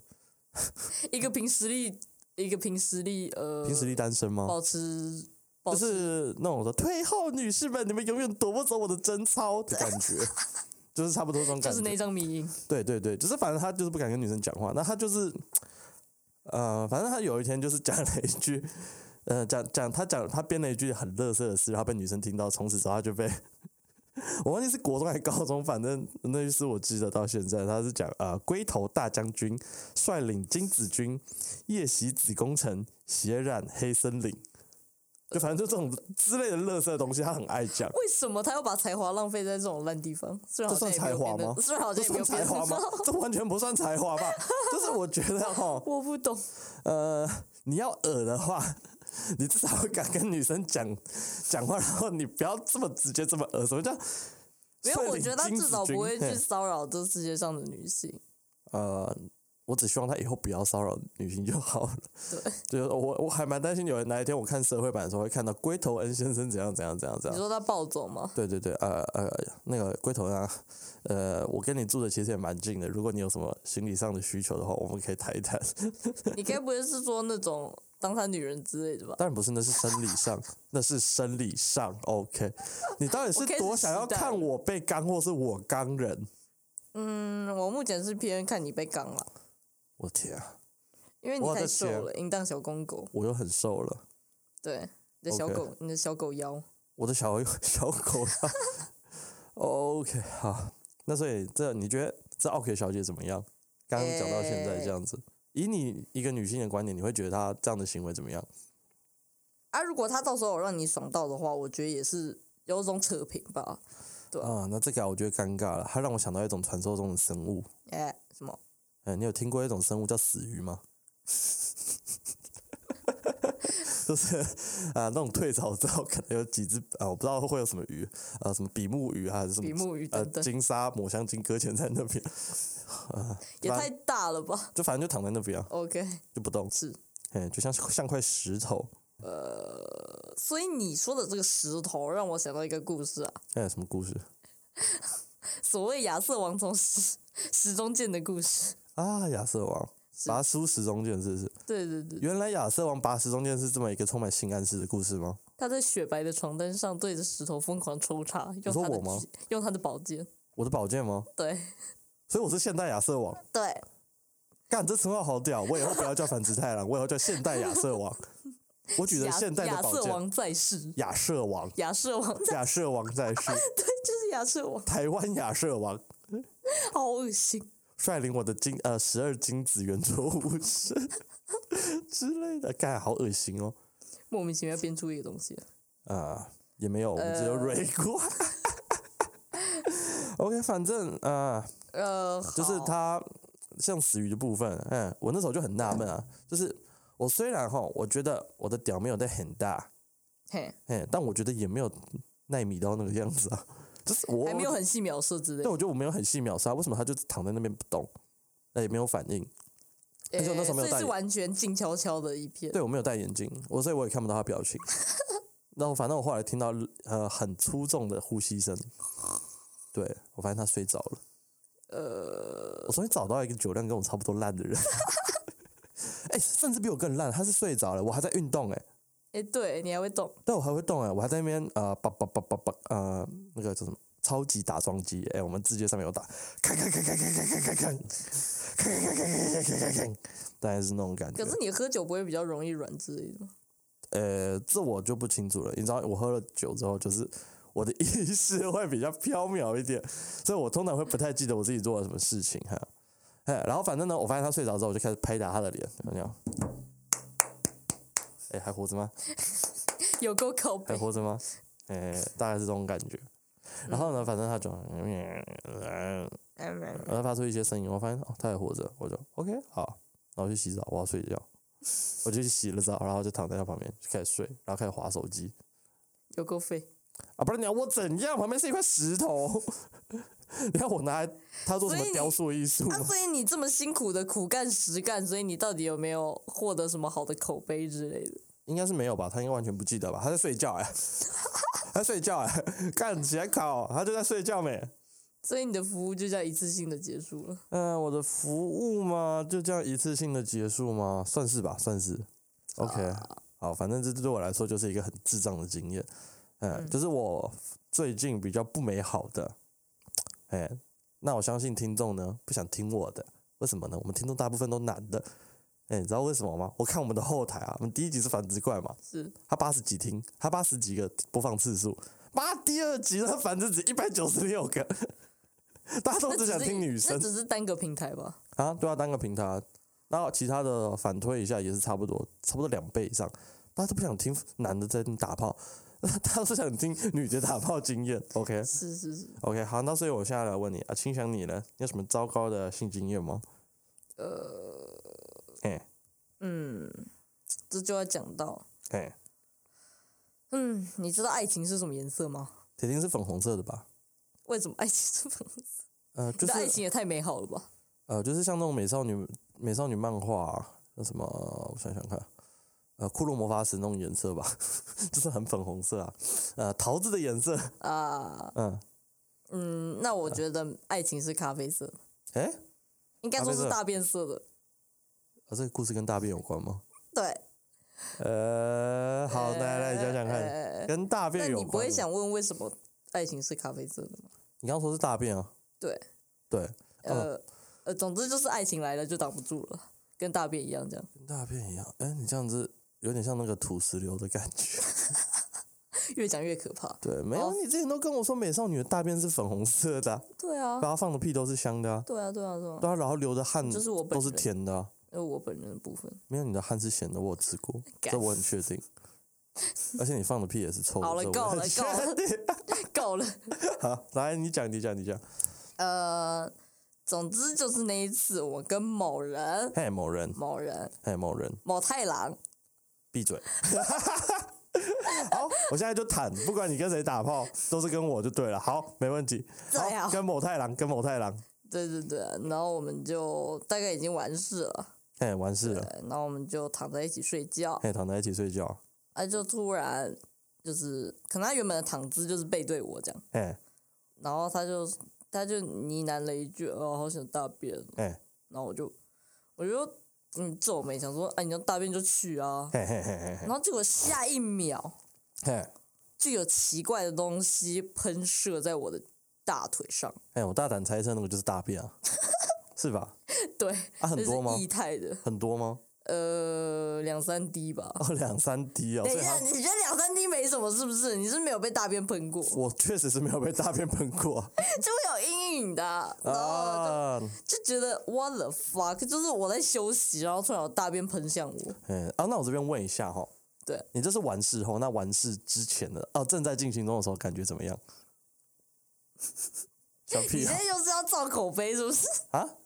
[SPEAKER 2] 一个凭实力，一个凭实力，呃，
[SPEAKER 1] 凭实力单身吗？
[SPEAKER 2] 保持，保
[SPEAKER 1] 就
[SPEAKER 2] 持
[SPEAKER 1] 是那种说退后，女士们，你们永远夺不走我的贞操的感 觉，就是差不多这种
[SPEAKER 2] 就
[SPEAKER 1] 感
[SPEAKER 2] 是
[SPEAKER 1] 觉。
[SPEAKER 2] 那张迷影。
[SPEAKER 1] 对对对，就是反正他就是不敢跟女生讲话，那他就是，呃，反正他有一天就是讲了一句，呃，讲讲他讲他编了一句很乐色的诗，然后被女生听到，从此之后他就被， 我忘记是国中还是高中，反正那句诗我记得到现在，他是讲呃，龟头大将军率领金子军夜袭子宫城，血染黑森林。就反正就这种之类的乐色东西，他很爱 讲。
[SPEAKER 2] 为什么他要把才华浪费在这种烂地方？虽然好
[SPEAKER 1] 这
[SPEAKER 2] 像
[SPEAKER 1] 算
[SPEAKER 2] 也没有
[SPEAKER 1] 才华
[SPEAKER 2] 变得
[SPEAKER 1] 吗？
[SPEAKER 2] 虽然好
[SPEAKER 1] 这
[SPEAKER 2] 像也没
[SPEAKER 1] 算
[SPEAKER 2] 有
[SPEAKER 1] 才
[SPEAKER 2] 变
[SPEAKER 1] 华
[SPEAKER 2] 得？
[SPEAKER 1] 吗这完全不算才华吧？就是我觉得哦，
[SPEAKER 2] 我不懂，
[SPEAKER 1] 呃，你要恶的话， 你至少会敢跟女生讲讲话，然后你不要这么直接这么恶。什么叫？
[SPEAKER 2] 没有，我觉得他至少不会去
[SPEAKER 1] 嘿
[SPEAKER 2] 骚扰这世界上的女性。
[SPEAKER 1] 呃，我只希望他以后不要骚扰女性就好了。
[SPEAKER 2] 对，
[SPEAKER 1] 就是我我还蛮担心有人哪一天我看社会版的时候会看到龟头恩先生怎样怎样怎样怎
[SPEAKER 2] 你
[SPEAKER 1] 样。
[SPEAKER 2] 说他暴走吗？
[SPEAKER 1] 对对对，呃呃，那个龟头恩啊，呃，我跟你住的其实也蛮近的。如果你有什么心理上的需求的话，我们可以谈一谈。
[SPEAKER 2] 你该不会是说那种当他女人之类的吧？
[SPEAKER 1] 当然不是，那是生理上， 那是生理上。OK，你到底是
[SPEAKER 2] 我开始
[SPEAKER 1] 多想要
[SPEAKER 2] 期待
[SPEAKER 1] 看
[SPEAKER 2] 了
[SPEAKER 1] 我被刚，或是我刚人？
[SPEAKER 2] 嗯，我目前是偏看你被刚了，
[SPEAKER 1] 我天啊，
[SPEAKER 2] 因为你
[SPEAKER 1] 我的
[SPEAKER 2] 太瘦
[SPEAKER 1] 天
[SPEAKER 2] 了，淫荡小公狗。
[SPEAKER 1] 我又很瘦了，
[SPEAKER 2] 对，你的小
[SPEAKER 1] OK
[SPEAKER 2] 狗你的小狗腰。
[SPEAKER 1] 我的小 小狗啊。OK，好，那所以这你觉得这奥 K 小姐怎么样？刚刚讲到现在这样子，以你一个女性的观点，你会觉得她这样的行为怎么样？
[SPEAKER 2] 啊，如果他到时候有让你爽到的话，我觉得也是有种扯平吧。对
[SPEAKER 1] 啊、那这个啊我觉得尴尬了，它让我想到一种传说中的生物。
[SPEAKER 2] 哎、什么？
[SPEAKER 1] 哎，你有听过一种生物叫死鱼吗？ 就是啊，那种退潮之后可能有几只啊，我不知道会有什么鱼啊，什么比目鱼啊还是什么
[SPEAKER 2] 比目鱼
[SPEAKER 1] 呃
[SPEAKER 2] 等等，
[SPEAKER 1] 金沙抹香鲸搁浅在那边，呃
[SPEAKER 2] 也
[SPEAKER 1] 反
[SPEAKER 2] 太大了吧
[SPEAKER 1] 就反正就躺在那边啊，
[SPEAKER 2] ？OK，
[SPEAKER 1] 就不动，
[SPEAKER 2] 是。
[SPEAKER 1] 哎，就像像块石头，
[SPEAKER 2] 所以你说的这个石头让我想到一个故事啊，
[SPEAKER 1] 哎，什么故事
[SPEAKER 2] 所谓亚瑟王从石石中剑的故事。
[SPEAKER 1] 啊？亚瑟王
[SPEAKER 2] 是
[SPEAKER 1] 拔出石中剑是不是？
[SPEAKER 2] 对对对，
[SPEAKER 1] 原来亚瑟王拔石中剑是这么一个充满性暗示的故事吗？
[SPEAKER 2] 他在雪白的床单上对着石头疯狂抽插，用
[SPEAKER 1] 说
[SPEAKER 2] 他的
[SPEAKER 1] 我吗
[SPEAKER 2] 指用他的宝剑。
[SPEAKER 1] 我的宝剑吗？
[SPEAKER 2] 对
[SPEAKER 1] 所以我是现代亚瑟王。
[SPEAKER 2] 对，
[SPEAKER 1] 干，这称号好屌！我以后不要叫反直太郎，我以后叫现代亚瑟王。我举的
[SPEAKER 2] 亚
[SPEAKER 1] 现代的
[SPEAKER 2] 亚
[SPEAKER 1] 宝
[SPEAKER 2] 瑟
[SPEAKER 1] 剑，
[SPEAKER 2] 王在世，
[SPEAKER 1] 亚瑟王，
[SPEAKER 2] 亚瑟王
[SPEAKER 1] 亚瑟王在世，
[SPEAKER 2] 就是亚瑟王，
[SPEAKER 1] 台湾亚瑟王
[SPEAKER 2] 好恶心。
[SPEAKER 1] 率领我的金呃十二金子圆桌武士 之类的，干好恶心哦！
[SPEAKER 2] 莫名其妙编出一个东西，
[SPEAKER 1] 啊、也没有，我们只有
[SPEAKER 2] 呃
[SPEAKER 1] 蕊过。OK，反正啊、呃
[SPEAKER 2] 呃，
[SPEAKER 1] 就是
[SPEAKER 2] 好
[SPEAKER 1] 他像死鱼的部分，嗯，我那时候就很纳闷啊，就是我虽然哈，我觉得我的屌没有在很大，
[SPEAKER 2] 嘿，
[SPEAKER 1] 嘿，但我觉得也没有奈米到那个样子啊，就是我
[SPEAKER 2] 还没有很细描射之类
[SPEAKER 1] 但。我觉得我没有很细秒杀，为什么他就躺在那边不动，那也没有反应？而且我那时候没有
[SPEAKER 2] 所以
[SPEAKER 1] 戴
[SPEAKER 2] 是
[SPEAKER 1] 眼
[SPEAKER 2] 完全静悄悄的一片。
[SPEAKER 1] 对我没有戴眼镜，我所以我也看不到他表 情。然后反正我后来听到呃很粗重的呼吸声，对我发现他睡着了。呃，我终于找到一个酒量跟我差不多烂的 人，哎、甚至比我更烂，他是睡着了，我还在运动哎、
[SPEAKER 2] 哎、对你还会动，
[SPEAKER 1] 但我还会动哎、我还在那边呃叭叭叭叭叭呃那个叫什么超级打桩机哎，我们字节上面有打，咔咔咔咔咔咔咔咔咔，咔咔咔咔咔咔咔咔，大概是那种感觉
[SPEAKER 2] 可。是你喝酒不会比较容易软之类的吗？
[SPEAKER 1] 呃，这我就不清楚了。你知道，我喝了酒之后，就是我的意识会比较飘渺一点，所以我通常会不太记得我自己做了什么事情哈。哎，然后反正呢，我发现他睡着之后，我就开始拍打他的脸，有没有？哎，还活着吗？
[SPEAKER 2] 有够靠
[SPEAKER 1] 还
[SPEAKER 2] 背，
[SPEAKER 1] 活着 吗？哎，大概是这种感觉。
[SPEAKER 2] 嗯
[SPEAKER 1] 然后呢，反正他就，呃，他发出一些声音，我发现哦，他还活着，我就 OK 好，然后去洗澡，我要睡觉，我就去洗了澡，然后就躺在他旁边就开始睡，然后开始划手机。
[SPEAKER 2] 有够废。
[SPEAKER 1] 啊，不是你要我怎样？旁边是一块石头， 你看我拿来他做什么
[SPEAKER 2] 所以你
[SPEAKER 1] 雕塑艺术
[SPEAKER 2] 啊，
[SPEAKER 1] 吗？
[SPEAKER 2] 所以你这么辛苦的苦干实干，所以你到底有没有获得什么好的口碑之类的？
[SPEAKER 1] 应该是没有吧，他应该完全不记得吧？他在睡觉哎、他在睡觉哎、 干起来考，他就在睡觉没？
[SPEAKER 2] 所以你的服务就这样一次性的结束了。
[SPEAKER 1] 嗯、我的服务嘛，就这样一次性的结束吗？算是吧，算是。OK，、好，反正这对我来说就是一个很智障的经验。嗯，就是我最近比较不美好的。哎、那我相信听众呢不想听我的，为什么呢？我们听众大部分都男的。哎、你知道为什么吗？我看我们的后台啊，我们第一集是繁殖怪嘛，
[SPEAKER 2] 是，
[SPEAKER 1] 他八十几听，他八十几个播放次数，妈，第二集呢繁殖只一百九十六个， 大家都
[SPEAKER 2] 那
[SPEAKER 1] 只想
[SPEAKER 2] 是
[SPEAKER 1] 听女生
[SPEAKER 2] 那。只是单个平台吧？
[SPEAKER 1] 啊，对啊，单个平台，然后其他的反推一下也是差不多，差不多两倍以上。大家都不想听男的在那打炮， 大家都想听女的打炮经验。OK
[SPEAKER 2] 是是是，
[SPEAKER 1] OK，好，那所以我现在来问你啊，青翔你呢？你有什么糟糕的性经验吗？呃，哎
[SPEAKER 2] 嗯，这就要讲到，
[SPEAKER 1] 哎，
[SPEAKER 2] 嗯，你知道爱情是什么颜色吗？
[SPEAKER 1] 铁定是粉红色的吧？
[SPEAKER 2] 为什么爱 情是粉红色？
[SPEAKER 1] 呃，
[SPEAKER 2] 你
[SPEAKER 1] 就
[SPEAKER 2] 的爱
[SPEAKER 1] 是
[SPEAKER 2] 情也太美好了吧？
[SPEAKER 1] 呃，就是像那种美少女美少女漫画、啊，那什么，我想想看。呃，骷髅魔法石那种颜色吧， 就是很粉红色啊，呃，桃子的颜色，
[SPEAKER 2] 啊，
[SPEAKER 1] 嗯，
[SPEAKER 2] 嗯，那我觉得爱情是咖啡色，
[SPEAKER 1] 哎、
[SPEAKER 2] 应该
[SPEAKER 1] 咖
[SPEAKER 2] 说
[SPEAKER 1] 啡
[SPEAKER 2] 是
[SPEAKER 1] 色
[SPEAKER 2] 大变色的。
[SPEAKER 1] 啊，这个故事跟大便有关吗？
[SPEAKER 2] 对，
[SPEAKER 1] 呃，好，来来讲讲看，
[SPEAKER 2] 呃
[SPEAKER 1] 跟大
[SPEAKER 2] 那
[SPEAKER 1] 便有
[SPEAKER 2] 你
[SPEAKER 1] 关。
[SPEAKER 2] 不会，想问为什么爱情是咖啡色的吗？
[SPEAKER 1] 你刚刚说是大便啊？
[SPEAKER 2] 对，
[SPEAKER 1] 对，
[SPEAKER 2] 呃、呃，总之就是爱情来了就挡不住了，跟大便一样这样，
[SPEAKER 1] 跟大便一样。哎，你这样子有点像那个土石流的感觉。
[SPEAKER 2] 越讲越可怕。
[SPEAKER 1] 对，没有，
[SPEAKER 2] 哦
[SPEAKER 1] 你之前都跟我说美少女的大便是粉红色的啊，
[SPEAKER 2] 对啊，
[SPEAKER 1] 把她放的屁都是香的啊，
[SPEAKER 2] 对啊，对啊，对啊，
[SPEAKER 1] 对啊，然后流的汗
[SPEAKER 2] 就是我本
[SPEAKER 1] 都是
[SPEAKER 2] 人，
[SPEAKER 1] 甜的啊，
[SPEAKER 2] 呃，我本人的部分。
[SPEAKER 1] 没有你的汗是咸的，我有吃过，
[SPEAKER 2] 干
[SPEAKER 1] 这我很确 定。而且你放的屁也是臭的，
[SPEAKER 2] 好了
[SPEAKER 1] 这我很
[SPEAKER 2] 够了
[SPEAKER 1] 确
[SPEAKER 2] 够了
[SPEAKER 1] 定
[SPEAKER 2] 够了，
[SPEAKER 1] 好，来，你讲，你讲，你讲。
[SPEAKER 2] 呃，总之就是那一次我跟某人、
[SPEAKER 1] 嘿，某人，
[SPEAKER 2] 某人、
[SPEAKER 1] 嘿，某人，
[SPEAKER 2] 某太郎，
[SPEAKER 1] 闭嘴。 好，我现在就坦，不管你跟谁打炮，都是跟我就对了。好，没问题。
[SPEAKER 2] 对啊
[SPEAKER 1] 跟某太郎，跟某太郎，
[SPEAKER 2] 对对对，然后我们就大概已经完事了，
[SPEAKER 1] 哎，完事了，
[SPEAKER 2] 对，然后我们就躺在一起睡觉，
[SPEAKER 1] 哎，躺在一起睡觉，
[SPEAKER 2] 啊，就突然就是可能他原本的躺姿就是背对我这样，
[SPEAKER 1] 哎
[SPEAKER 2] 然后他就他就呢喃了一句：“哦，好想大便。
[SPEAKER 1] 哎”
[SPEAKER 2] 然后我就我就嗯皱眉想说：“哎，你要大便就去啊。
[SPEAKER 1] 嘿嘿嘿嘿”嘿
[SPEAKER 2] 然后结果下一秒
[SPEAKER 1] 嘿，
[SPEAKER 2] 就有奇怪的东西喷射在我的大腿上，
[SPEAKER 1] 哎，我大胆猜测那个就是大便啊，是吧？
[SPEAKER 2] 对，
[SPEAKER 1] 啊，
[SPEAKER 2] 就
[SPEAKER 1] 很多吗
[SPEAKER 2] 是？液态的，
[SPEAKER 1] 很多吗？
[SPEAKER 2] 呃，两三滴吧。
[SPEAKER 1] 哦，两三滴哦，
[SPEAKER 2] 等
[SPEAKER 1] 所
[SPEAKER 2] 一
[SPEAKER 1] 以
[SPEAKER 2] 下，
[SPEAKER 1] 他
[SPEAKER 2] 你觉得两三滴没什么是不是？你是没有被大便喷过，就
[SPEAKER 1] 我确实是没有被大便喷 过
[SPEAKER 2] 会有阴影的啊、然后就
[SPEAKER 1] 啊。
[SPEAKER 2] 就觉得 what the fuck，就是我在休息，然后突然有大便喷向我，
[SPEAKER 1] 嗯，啊，那我这边问一下哈，
[SPEAKER 2] 对
[SPEAKER 1] 你这是完事后，那完事之前的哦，正在进行中的时候感觉怎么样？ 小
[SPEAKER 2] 你
[SPEAKER 1] 屁
[SPEAKER 2] 现
[SPEAKER 1] 啊
[SPEAKER 2] 在就是要造口碑是不是？
[SPEAKER 1] 啊！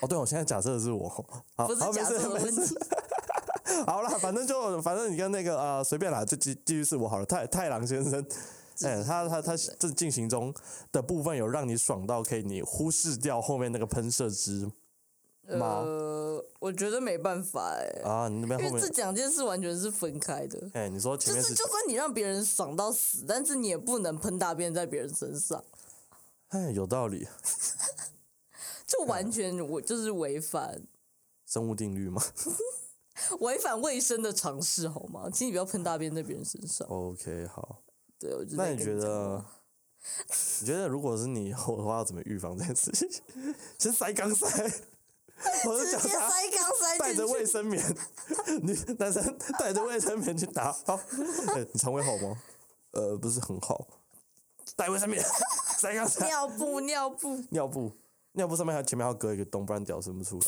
[SPEAKER 1] 哦，对，我现在假设的是我，好，
[SPEAKER 2] 不是
[SPEAKER 1] 哦好，没
[SPEAKER 2] 假
[SPEAKER 1] 事
[SPEAKER 2] 设的
[SPEAKER 1] 没
[SPEAKER 2] 问
[SPEAKER 1] 事
[SPEAKER 2] 题。
[SPEAKER 1] 好啦，反正就反正你跟那个啊，呃随便啦，就继继续是我好了。太太郎先生，哎、他他他正进行中的部分有让你爽到可以你忽视掉后面那个喷射汁吗
[SPEAKER 2] 呃，我觉得没办法哎、
[SPEAKER 1] 啊，你那边
[SPEAKER 2] 因
[SPEAKER 1] 后
[SPEAKER 2] 为这
[SPEAKER 1] 面
[SPEAKER 2] 两件事完全是分开的。
[SPEAKER 1] 哎、你说前
[SPEAKER 2] 就
[SPEAKER 1] 面
[SPEAKER 2] 是，
[SPEAKER 1] 是
[SPEAKER 2] 就算你让别人爽到死，但是你也不能喷大便在别人身上，
[SPEAKER 1] 哎有道理，
[SPEAKER 2] 就
[SPEAKER 1] 嗯
[SPEAKER 2] 完全我就是违反
[SPEAKER 1] 生物定律嘛。
[SPEAKER 2] 违反卫生的尝试，好吗？请你不要喷大便在别人身 上。
[SPEAKER 1] OK，好，
[SPEAKER 2] 对，我就
[SPEAKER 1] 那
[SPEAKER 2] 在
[SPEAKER 1] 你
[SPEAKER 2] 跟
[SPEAKER 1] 觉
[SPEAKER 2] 讲
[SPEAKER 1] 得？你觉得如果是你以后的话，要怎么预防这件事情？先塞钢塞，我就
[SPEAKER 2] 直
[SPEAKER 1] 讲
[SPEAKER 2] 接
[SPEAKER 1] 他
[SPEAKER 2] 塞缸塞
[SPEAKER 1] 带
[SPEAKER 2] 进
[SPEAKER 1] 着
[SPEAKER 2] 去，
[SPEAKER 1] 卫生棉，你男生带着卫生棉去打包。哎你肠胃好吗？呃，不是很好。带卫生棉，塞刚才
[SPEAKER 2] 尿布尿布，
[SPEAKER 1] 尿布，尿布上面还前面还要隔一个洞，不然屌伸不出来。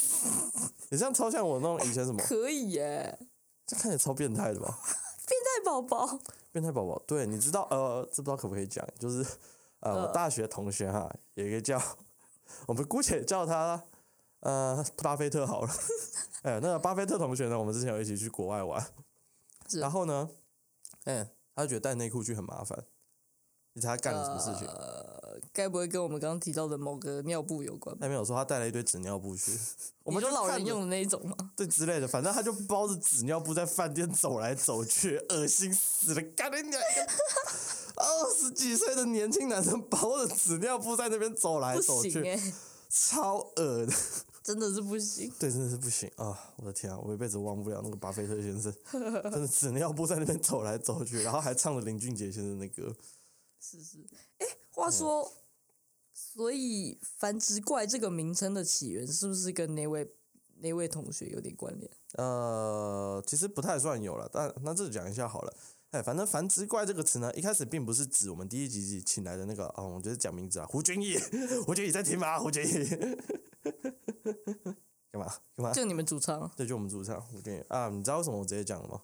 [SPEAKER 1] 你这样超像我那种以前什么，
[SPEAKER 2] 可以耶、
[SPEAKER 1] 这看起来超变态的吧？
[SPEAKER 2] 带宝宝，
[SPEAKER 1] 变态宝宝，对，你知道呃，这不知道可不可以讲，就是呃，我
[SPEAKER 2] 嗯
[SPEAKER 1] 大学同学哈，有一个叫，我们姑且叫他呃巴菲特好了。 哎、那个巴菲特同学呢，我们之前有一起去国外玩，
[SPEAKER 2] 是
[SPEAKER 1] 然后呢，哎、他就觉得带内裤去很麻烦，你猜他干了什么事情？
[SPEAKER 2] 呃该不会跟我们刚刚提到的某个尿布有关吧？
[SPEAKER 1] 那边有说他带了一堆纸尿布去，哎 我们
[SPEAKER 2] 你
[SPEAKER 1] 就
[SPEAKER 2] 说老
[SPEAKER 1] 看哎
[SPEAKER 2] 人
[SPEAKER 1] 着
[SPEAKER 2] 用的那一种吗？
[SPEAKER 1] 对之类的，反正他就包着纸尿布在饭店走来走去，恶心死了！干你娘！二十几岁的年轻男生包着纸尿布在那边走来
[SPEAKER 2] 不
[SPEAKER 1] 走
[SPEAKER 2] 行
[SPEAKER 1] 去，
[SPEAKER 2] 哎、
[SPEAKER 1] 超恶的。
[SPEAKER 2] 真的是不行。
[SPEAKER 1] 对，真的是不行啊！我的天啊，我一辈子忘不了那个巴菲特先生，真的纸尿布在那边走来走去，然后还唱着林俊杰先生的歌。
[SPEAKER 2] 话说，所以繁殖怪这个名称的起源是不是跟那位那位同学有点关联？
[SPEAKER 1] 呃，其实不太算有了，但那这里讲一下好了。哎，反正“繁殖怪”这个词呢，一开始并不是指我们第一集集请来的那个哦，我觉得讲名字啊，胡俊义，胡俊义在听吗？胡俊义， 干嘛干嘛？
[SPEAKER 2] 就你们主唱，
[SPEAKER 1] 这就我们主唱胡俊义啊，你知道为什么我直接讲了吗？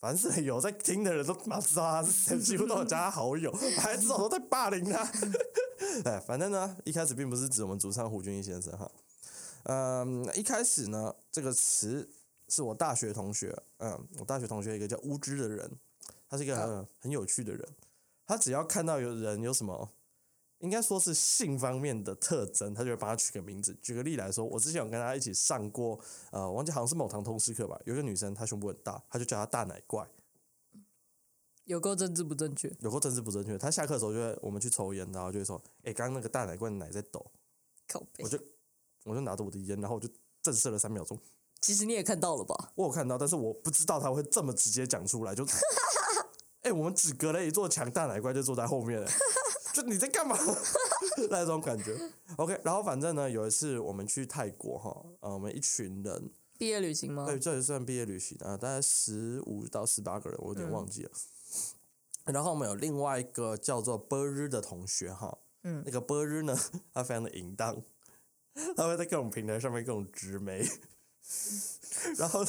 [SPEAKER 1] 凡是有在听的人都他妈知道他是谁，几乎都有加他好友，还至少都在霸凌他。 哎，反正呢，一开始并不是指我们主唱胡俊义先生哈。嗯，一开始呢，这个词是我大学同学，嗯，我大学同学一个叫乌之的人，他是一个很、很有趣的人，他只要看到有人有什么。应该说是性方面的特征，他就会帮他取个名字。举个例来说，我之前有跟他一起上过，呃，忘记好像是某堂通识课吧。有一个女生，她胸部很大，他就叫她大奶怪。
[SPEAKER 2] 有够政治不正确，
[SPEAKER 1] 有够政治不正确。他下课的时候就会，我们去抽烟，然后就会说：“哎、刚刚那个大奶罐奶在抖。
[SPEAKER 2] 靠背
[SPEAKER 1] 我。就我就拿着我的烟，然后我就震慑了三秒钟。
[SPEAKER 2] 其实你也看到了吧？
[SPEAKER 1] 我有看到，但是我不知道他会这么直接讲出来，就，哎、我们只隔了一座墙，大奶怪就坐在后面、欸， 就你在干嘛？ 那种感觉。OK，然后反正呢，有一次我们去泰国哈，呃，我们一群人
[SPEAKER 2] 毕业旅行吗？
[SPEAKER 1] 对，这也算毕业旅行啊，大概十五到十八个人，我有点
[SPEAKER 2] 嗯
[SPEAKER 1] 忘记了。然后我们有另外一个叫做波日的同学哈，
[SPEAKER 2] 嗯
[SPEAKER 1] 那个波日呢，他非常的淫荡，他会在各种平台上面各种直媒， 然后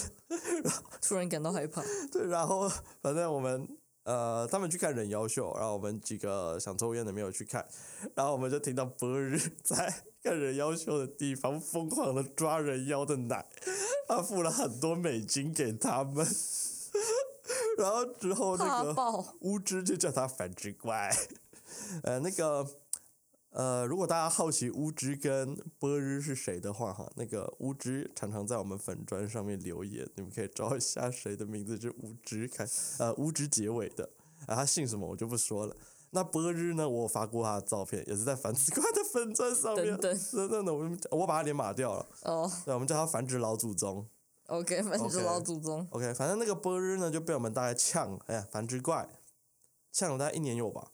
[SPEAKER 2] 突然感到 害怕。
[SPEAKER 1] 对，然后反正我们呃，他们去看人妖秀，然后我们几个想抽烟的没有去看，然后我们就听到博日 在看人妖秀的地方疯狂的抓人妖的奶，他付了很多美金给他们， 然后之后那
[SPEAKER 2] 怕
[SPEAKER 1] 个
[SPEAKER 2] 爆！
[SPEAKER 1] 乌之就叫他反之怪， 呃，那个。呃，如果大家好奇乌之跟波日是谁的话，哈，那个乌之常常在我们粉砖上面留言，你们可以找一下谁的名字是乌之开， 呃，乌之结尾的，啊，他姓什么我就不说了。那波日呢，我有发过他的照片，也是在繁殖怪的粉砖上面，
[SPEAKER 2] 等等
[SPEAKER 1] 真的呢，我们我把他脸码掉了，
[SPEAKER 2] 哦
[SPEAKER 1] 对，我们叫他繁殖老祖宗。
[SPEAKER 2] ，OK，反正
[SPEAKER 1] OK
[SPEAKER 2] 是老祖宗。
[SPEAKER 1] OK，反正那个波日呢就被我们大概呛，哎呀，繁殖怪，呛了大概一年有吧。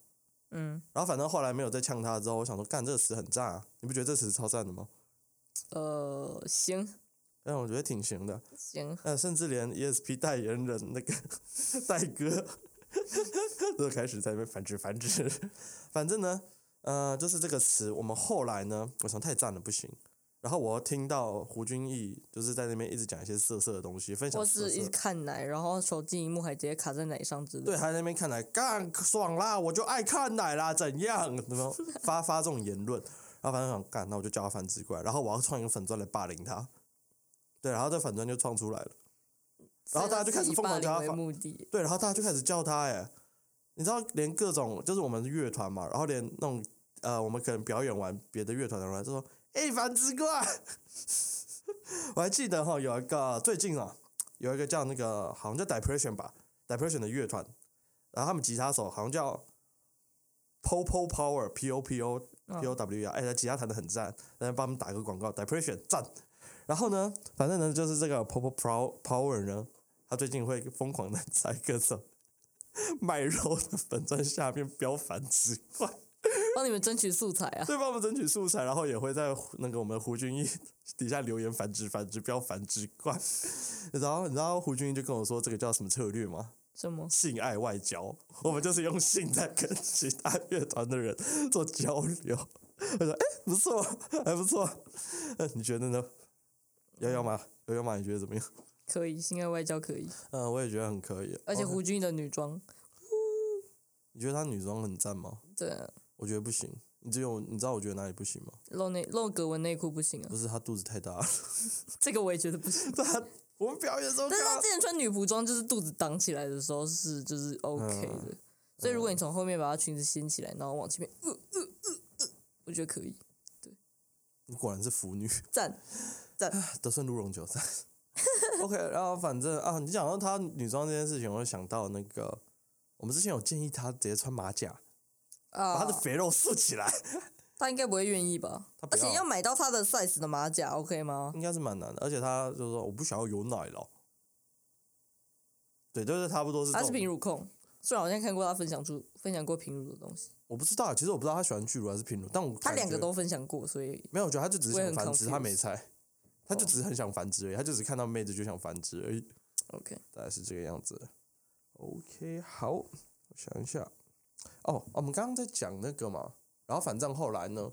[SPEAKER 2] 嗯，
[SPEAKER 1] 然后反正后来没有再呛他之后，我想说，干这个词很赞啊，你不觉得这词超赞的吗？
[SPEAKER 2] 呃，行
[SPEAKER 1] 但我觉得挺行的。
[SPEAKER 2] 行，
[SPEAKER 1] 呃，甚至连 ESP 代言人那个 戴哥 都开始在那边繁殖繁殖。反正呢，呃，就是这个词，我们后来呢，我想太赞了不行。然后我又听到胡君毅就是在那边一直讲一些色色的东西，分享
[SPEAKER 2] 或
[SPEAKER 1] 色
[SPEAKER 2] 是一
[SPEAKER 1] 色
[SPEAKER 2] 直看奶，然后手机荧幕还直接卡在奶上之类。
[SPEAKER 1] 对，还啊在那边看 奶，干爽啦，我就爱看奶啦，怎样？怎么发发这种言论？然后反正想干，那我就叫他反直过来，然后我要创一个粉砖来霸凌他，对，然后这粉砖就创出来了，然后大家就开始疯狂叫他
[SPEAKER 2] 为
[SPEAKER 1] 反
[SPEAKER 2] 目的，
[SPEAKER 1] 对，然后大家就开始叫他哎，你知道连各种就是我们是乐团嘛，然后连那种呃，我们可能表演完别的乐团的人就说，哎、反直过来， 我还记得哈，有一个最近啊，有一个叫那个好像叫 Depression 吧，Depression 的乐团，然后他们吉他手好像叫 Popo Power P O P O P O
[SPEAKER 2] 嗯
[SPEAKER 1] W E R，哎、吉他弹的很赞，然后帮他们打个广告，Depression 赞。然后呢，反正呢就是这个 Popo Pro- Power 呢，他最近会疯狂的 在各种卖肉的粉钻下面标繁殖怪，
[SPEAKER 2] 帮你们争取素材啊。
[SPEAKER 1] 对，帮我们争取素材，然后也会在那个我们胡俊义底下留言繁殖繁殖标繁殖怪。然后你知道胡俊义就跟我说这个叫什么策略吗？
[SPEAKER 2] 什么？
[SPEAKER 1] 性爱外交，我们就是用性在跟其他乐团的人做交流。我说，哎、不错，还不错，呃，你觉得呢？瑶瑶嘛，瑶瑶嘛，你觉得怎么样？
[SPEAKER 2] 可以，性爱外交可以，
[SPEAKER 1] 嗯、我也觉得很可以。啊
[SPEAKER 2] 而且
[SPEAKER 1] OK
[SPEAKER 2] 胡军的女装，
[SPEAKER 1] 你觉得她女装很赞吗？
[SPEAKER 2] 对啊，
[SPEAKER 1] 我觉得不行。你只有你知道我觉得哪里不行吗？
[SPEAKER 2] 露内露格纹内裤不行啊
[SPEAKER 1] 不，是她肚子太大了。
[SPEAKER 2] 这个我也觉得不行。
[SPEAKER 1] 她我们表演的时候
[SPEAKER 2] 但
[SPEAKER 1] 看
[SPEAKER 2] 是他
[SPEAKER 1] 到，
[SPEAKER 2] 之前穿女仆装，就是肚子挡起来的时候是就是
[SPEAKER 1] 嗯
[SPEAKER 2] OK 的，所以如果你从后面把她裙子掀起来，然后往前面，呃呃呃呃，我觉得可以，
[SPEAKER 1] 你果然是腐女，
[SPEAKER 2] 赞。
[SPEAKER 1] 德胜鹿茸酒赞。OK，然后反正啊，你讲到她女装这件事情，我就想到那个，我们之前有建议她直接穿马甲，把
[SPEAKER 2] 啊
[SPEAKER 1] 她的，肥肉竖起来。
[SPEAKER 2] 他应该不会愿意吧？
[SPEAKER 1] 他不
[SPEAKER 2] 而
[SPEAKER 1] 要
[SPEAKER 2] 且要买到他的 size 的马甲，OK 吗？
[SPEAKER 1] 应该是蛮难的。而且他就说我不想要有奶了，对，就是差不多是这
[SPEAKER 2] 他是平
[SPEAKER 1] 种。
[SPEAKER 2] 乳控，虽然我好像看过他分享出分享过平乳的东西，
[SPEAKER 1] 我不知道，其实我不知道他喜欢巨乳还是平乳，但我
[SPEAKER 2] 他
[SPEAKER 1] 感
[SPEAKER 2] 两个
[SPEAKER 1] 觉
[SPEAKER 2] 都分享过，所以
[SPEAKER 1] 没有，我觉得他就只是
[SPEAKER 2] 我也
[SPEAKER 1] 想
[SPEAKER 2] 很
[SPEAKER 1] 繁殖，他
[SPEAKER 2] confused
[SPEAKER 1] 没猜，他就
[SPEAKER 2] 哦
[SPEAKER 1] 只是很想繁殖而已，他就只看到妹子就想繁殖而已，
[SPEAKER 2] OK。
[SPEAKER 1] 大概是这个样子。OK，好，我想一下，哦，我们刚刚在讲那个嘛，然后反正后来呢，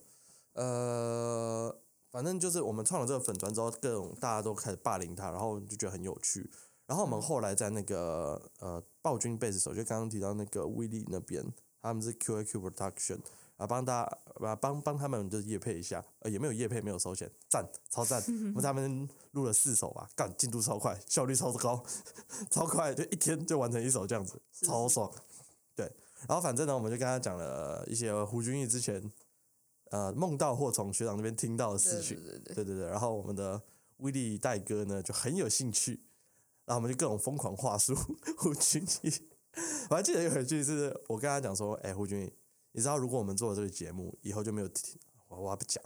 [SPEAKER 1] 呃，反正就是我们创了这个粉团之后，各种大家都开始霸凌他，然后就觉得很有趣。然后我们
[SPEAKER 2] 嗯
[SPEAKER 1] 后来在那个呃暴君贝斯手，就刚刚提到那个威利那边，他们是 QAQ Production 啊，帮大家啊帮帮他们就是夜配一下，呃也没有夜配，没有收钱，赞超 赞！我们他们录了四首吧，干进度超快，效率超高， 超快，就一天就完成一首这样子，
[SPEAKER 2] 是
[SPEAKER 1] 超
[SPEAKER 2] 是
[SPEAKER 1] 爽。对，然后反正呢，我们就跟他讲了一些胡君毅之前呃梦到或从学长那边听到的
[SPEAKER 2] 对
[SPEAKER 1] 事
[SPEAKER 2] 对
[SPEAKER 1] 情。
[SPEAKER 2] 对对，
[SPEAKER 1] 对对对，然后我们的威利戴哥呢就很有兴趣，然后我们就各种疯狂话术 胡军毅。我还记得有一句是我跟他讲说，哎、胡军毅，你知道如果我们做了这个节目以后就没有听，我我还不讲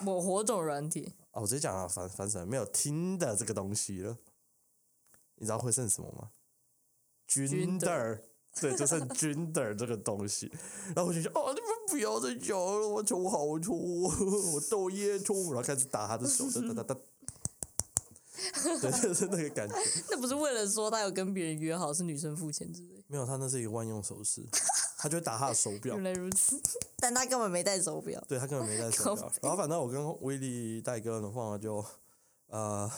[SPEAKER 2] 某火种软体
[SPEAKER 1] 啊，我直接讲啊，反反正没有听的这个东西了，你知道会剩什么吗？军
[SPEAKER 2] 军的
[SPEAKER 1] 的。对，就剩军的这个东西，然后我就说：“哦，你们不要再讲了，我头好痛，我豆叶痛。”然后开始打他的手，哒哒哒哒，对，就是那个感觉。
[SPEAKER 2] 那不是为了说他有跟别人约好是女生付钱之类的，
[SPEAKER 1] 没有，他那是一个万用手势，他就会打他的手表
[SPEAKER 2] 原，来如此，但他根本没戴手表。
[SPEAKER 1] 对他根本没戴手
[SPEAKER 2] 靠
[SPEAKER 1] 表
[SPEAKER 2] 背。
[SPEAKER 1] 然后反正我跟威利戴哥的话就，呃，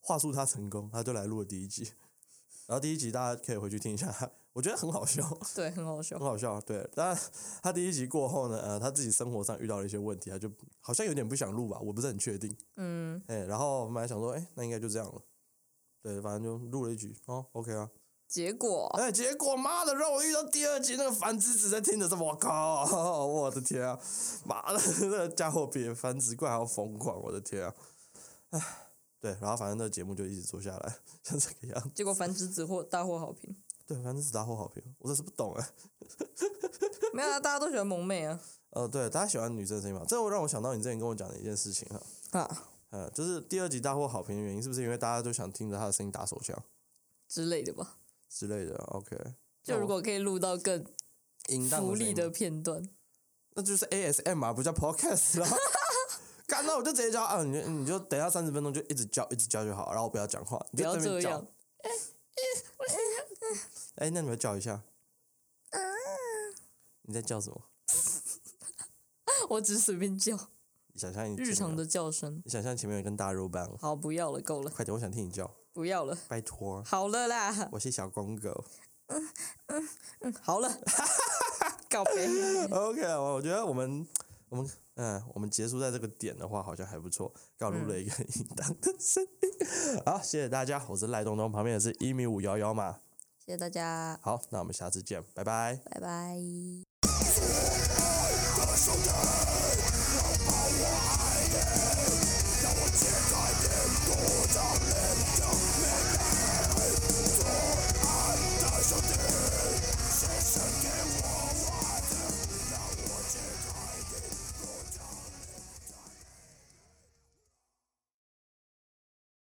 [SPEAKER 1] 话术他成功，他就来录了第一集。然后第一集大家可以回去听一下，我觉得很好笑，
[SPEAKER 2] 对，很好笑
[SPEAKER 1] 很。好笑。对，但他第一集过后呢，呃，他自己生活上遇到了一些问题，他就好像有点不想录吧，我不是很确定。
[SPEAKER 2] 嗯，
[SPEAKER 1] 哎，然后我们还想说，哎，那应该就这样了。对，反正就录了一局哦，OK 啊。
[SPEAKER 2] 结果
[SPEAKER 1] 哎，结果妈的，让我遇到第二集那个繁殖子在听的时候，我靠， 我的天啊，妈的，那家伙比繁殖怪还要疯狂，我的天啊！哎，对，然后反正那个节目就一直做下来， 像这个样子。
[SPEAKER 2] 结果繁殖子获大获好评，
[SPEAKER 1] 对，繁殖子大获好评，我真是不懂哎。
[SPEAKER 2] 没有啊，大家都喜欢萌妹啊。
[SPEAKER 1] 呃，对，大家喜欢女生的声音嘛？这让我想到你之前跟我讲的一件事情哈，
[SPEAKER 2] 啊
[SPEAKER 1] 呃，就是第二集大获好评的原因，是不是因为大家都想听着她的声音打手枪
[SPEAKER 2] 之类的吧。
[SPEAKER 1] 之类的？OK，
[SPEAKER 2] 就如果可以录到更
[SPEAKER 1] 淫荡
[SPEAKER 2] 福
[SPEAKER 1] 声
[SPEAKER 2] 利
[SPEAKER 1] 音
[SPEAKER 2] 的
[SPEAKER 1] 吗，
[SPEAKER 2] 片段，
[SPEAKER 1] 那就是 ASM 啊，不 叫 Podcast 啦。干，那我就直接叫啊，你就你就等一下三十分钟就一直叫一直叫就好，然后我不要讲话，你
[SPEAKER 2] 不
[SPEAKER 1] 就
[SPEAKER 2] 要
[SPEAKER 1] 在那边
[SPEAKER 2] 这
[SPEAKER 1] 叫
[SPEAKER 2] 样。。
[SPEAKER 1] 哎、那你们叫一下。你在叫什么？
[SPEAKER 2] 我只是随便叫，
[SPEAKER 1] 你想象你前
[SPEAKER 2] 日
[SPEAKER 1] 面
[SPEAKER 2] 常
[SPEAKER 1] 有，
[SPEAKER 2] 的叫声。
[SPEAKER 1] 你想象前面有一根大肉棒，
[SPEAKER 2] 好，不要了，够了，
[SPEAKER 1] 快点，我想听你叫，
[SPEAKER 2] 不要了，
[SPEAKER 1] 拜托，
[SPEAKER 2] 好了啦，
[SPEAKER 1] 我是小公狗。
[SPEAKER 2] 好了，告别。
[SPEAKER 1] OK，我我觉得我们我们嗯，我们结束在这个点的话，好像还不错，刚好录
[SPEAKER 2] 嗯
[SPEAKER 1] 了一个 淫荡的声音。好，谢谢大家，我是赖东东，旁边的是一米五幺幺嘛。
[SPEAKER 2] 谢谢大家，
[SPEAKER 1] 好，那我们下次见，拜拜。
[SPEAKER 2] 拜拜。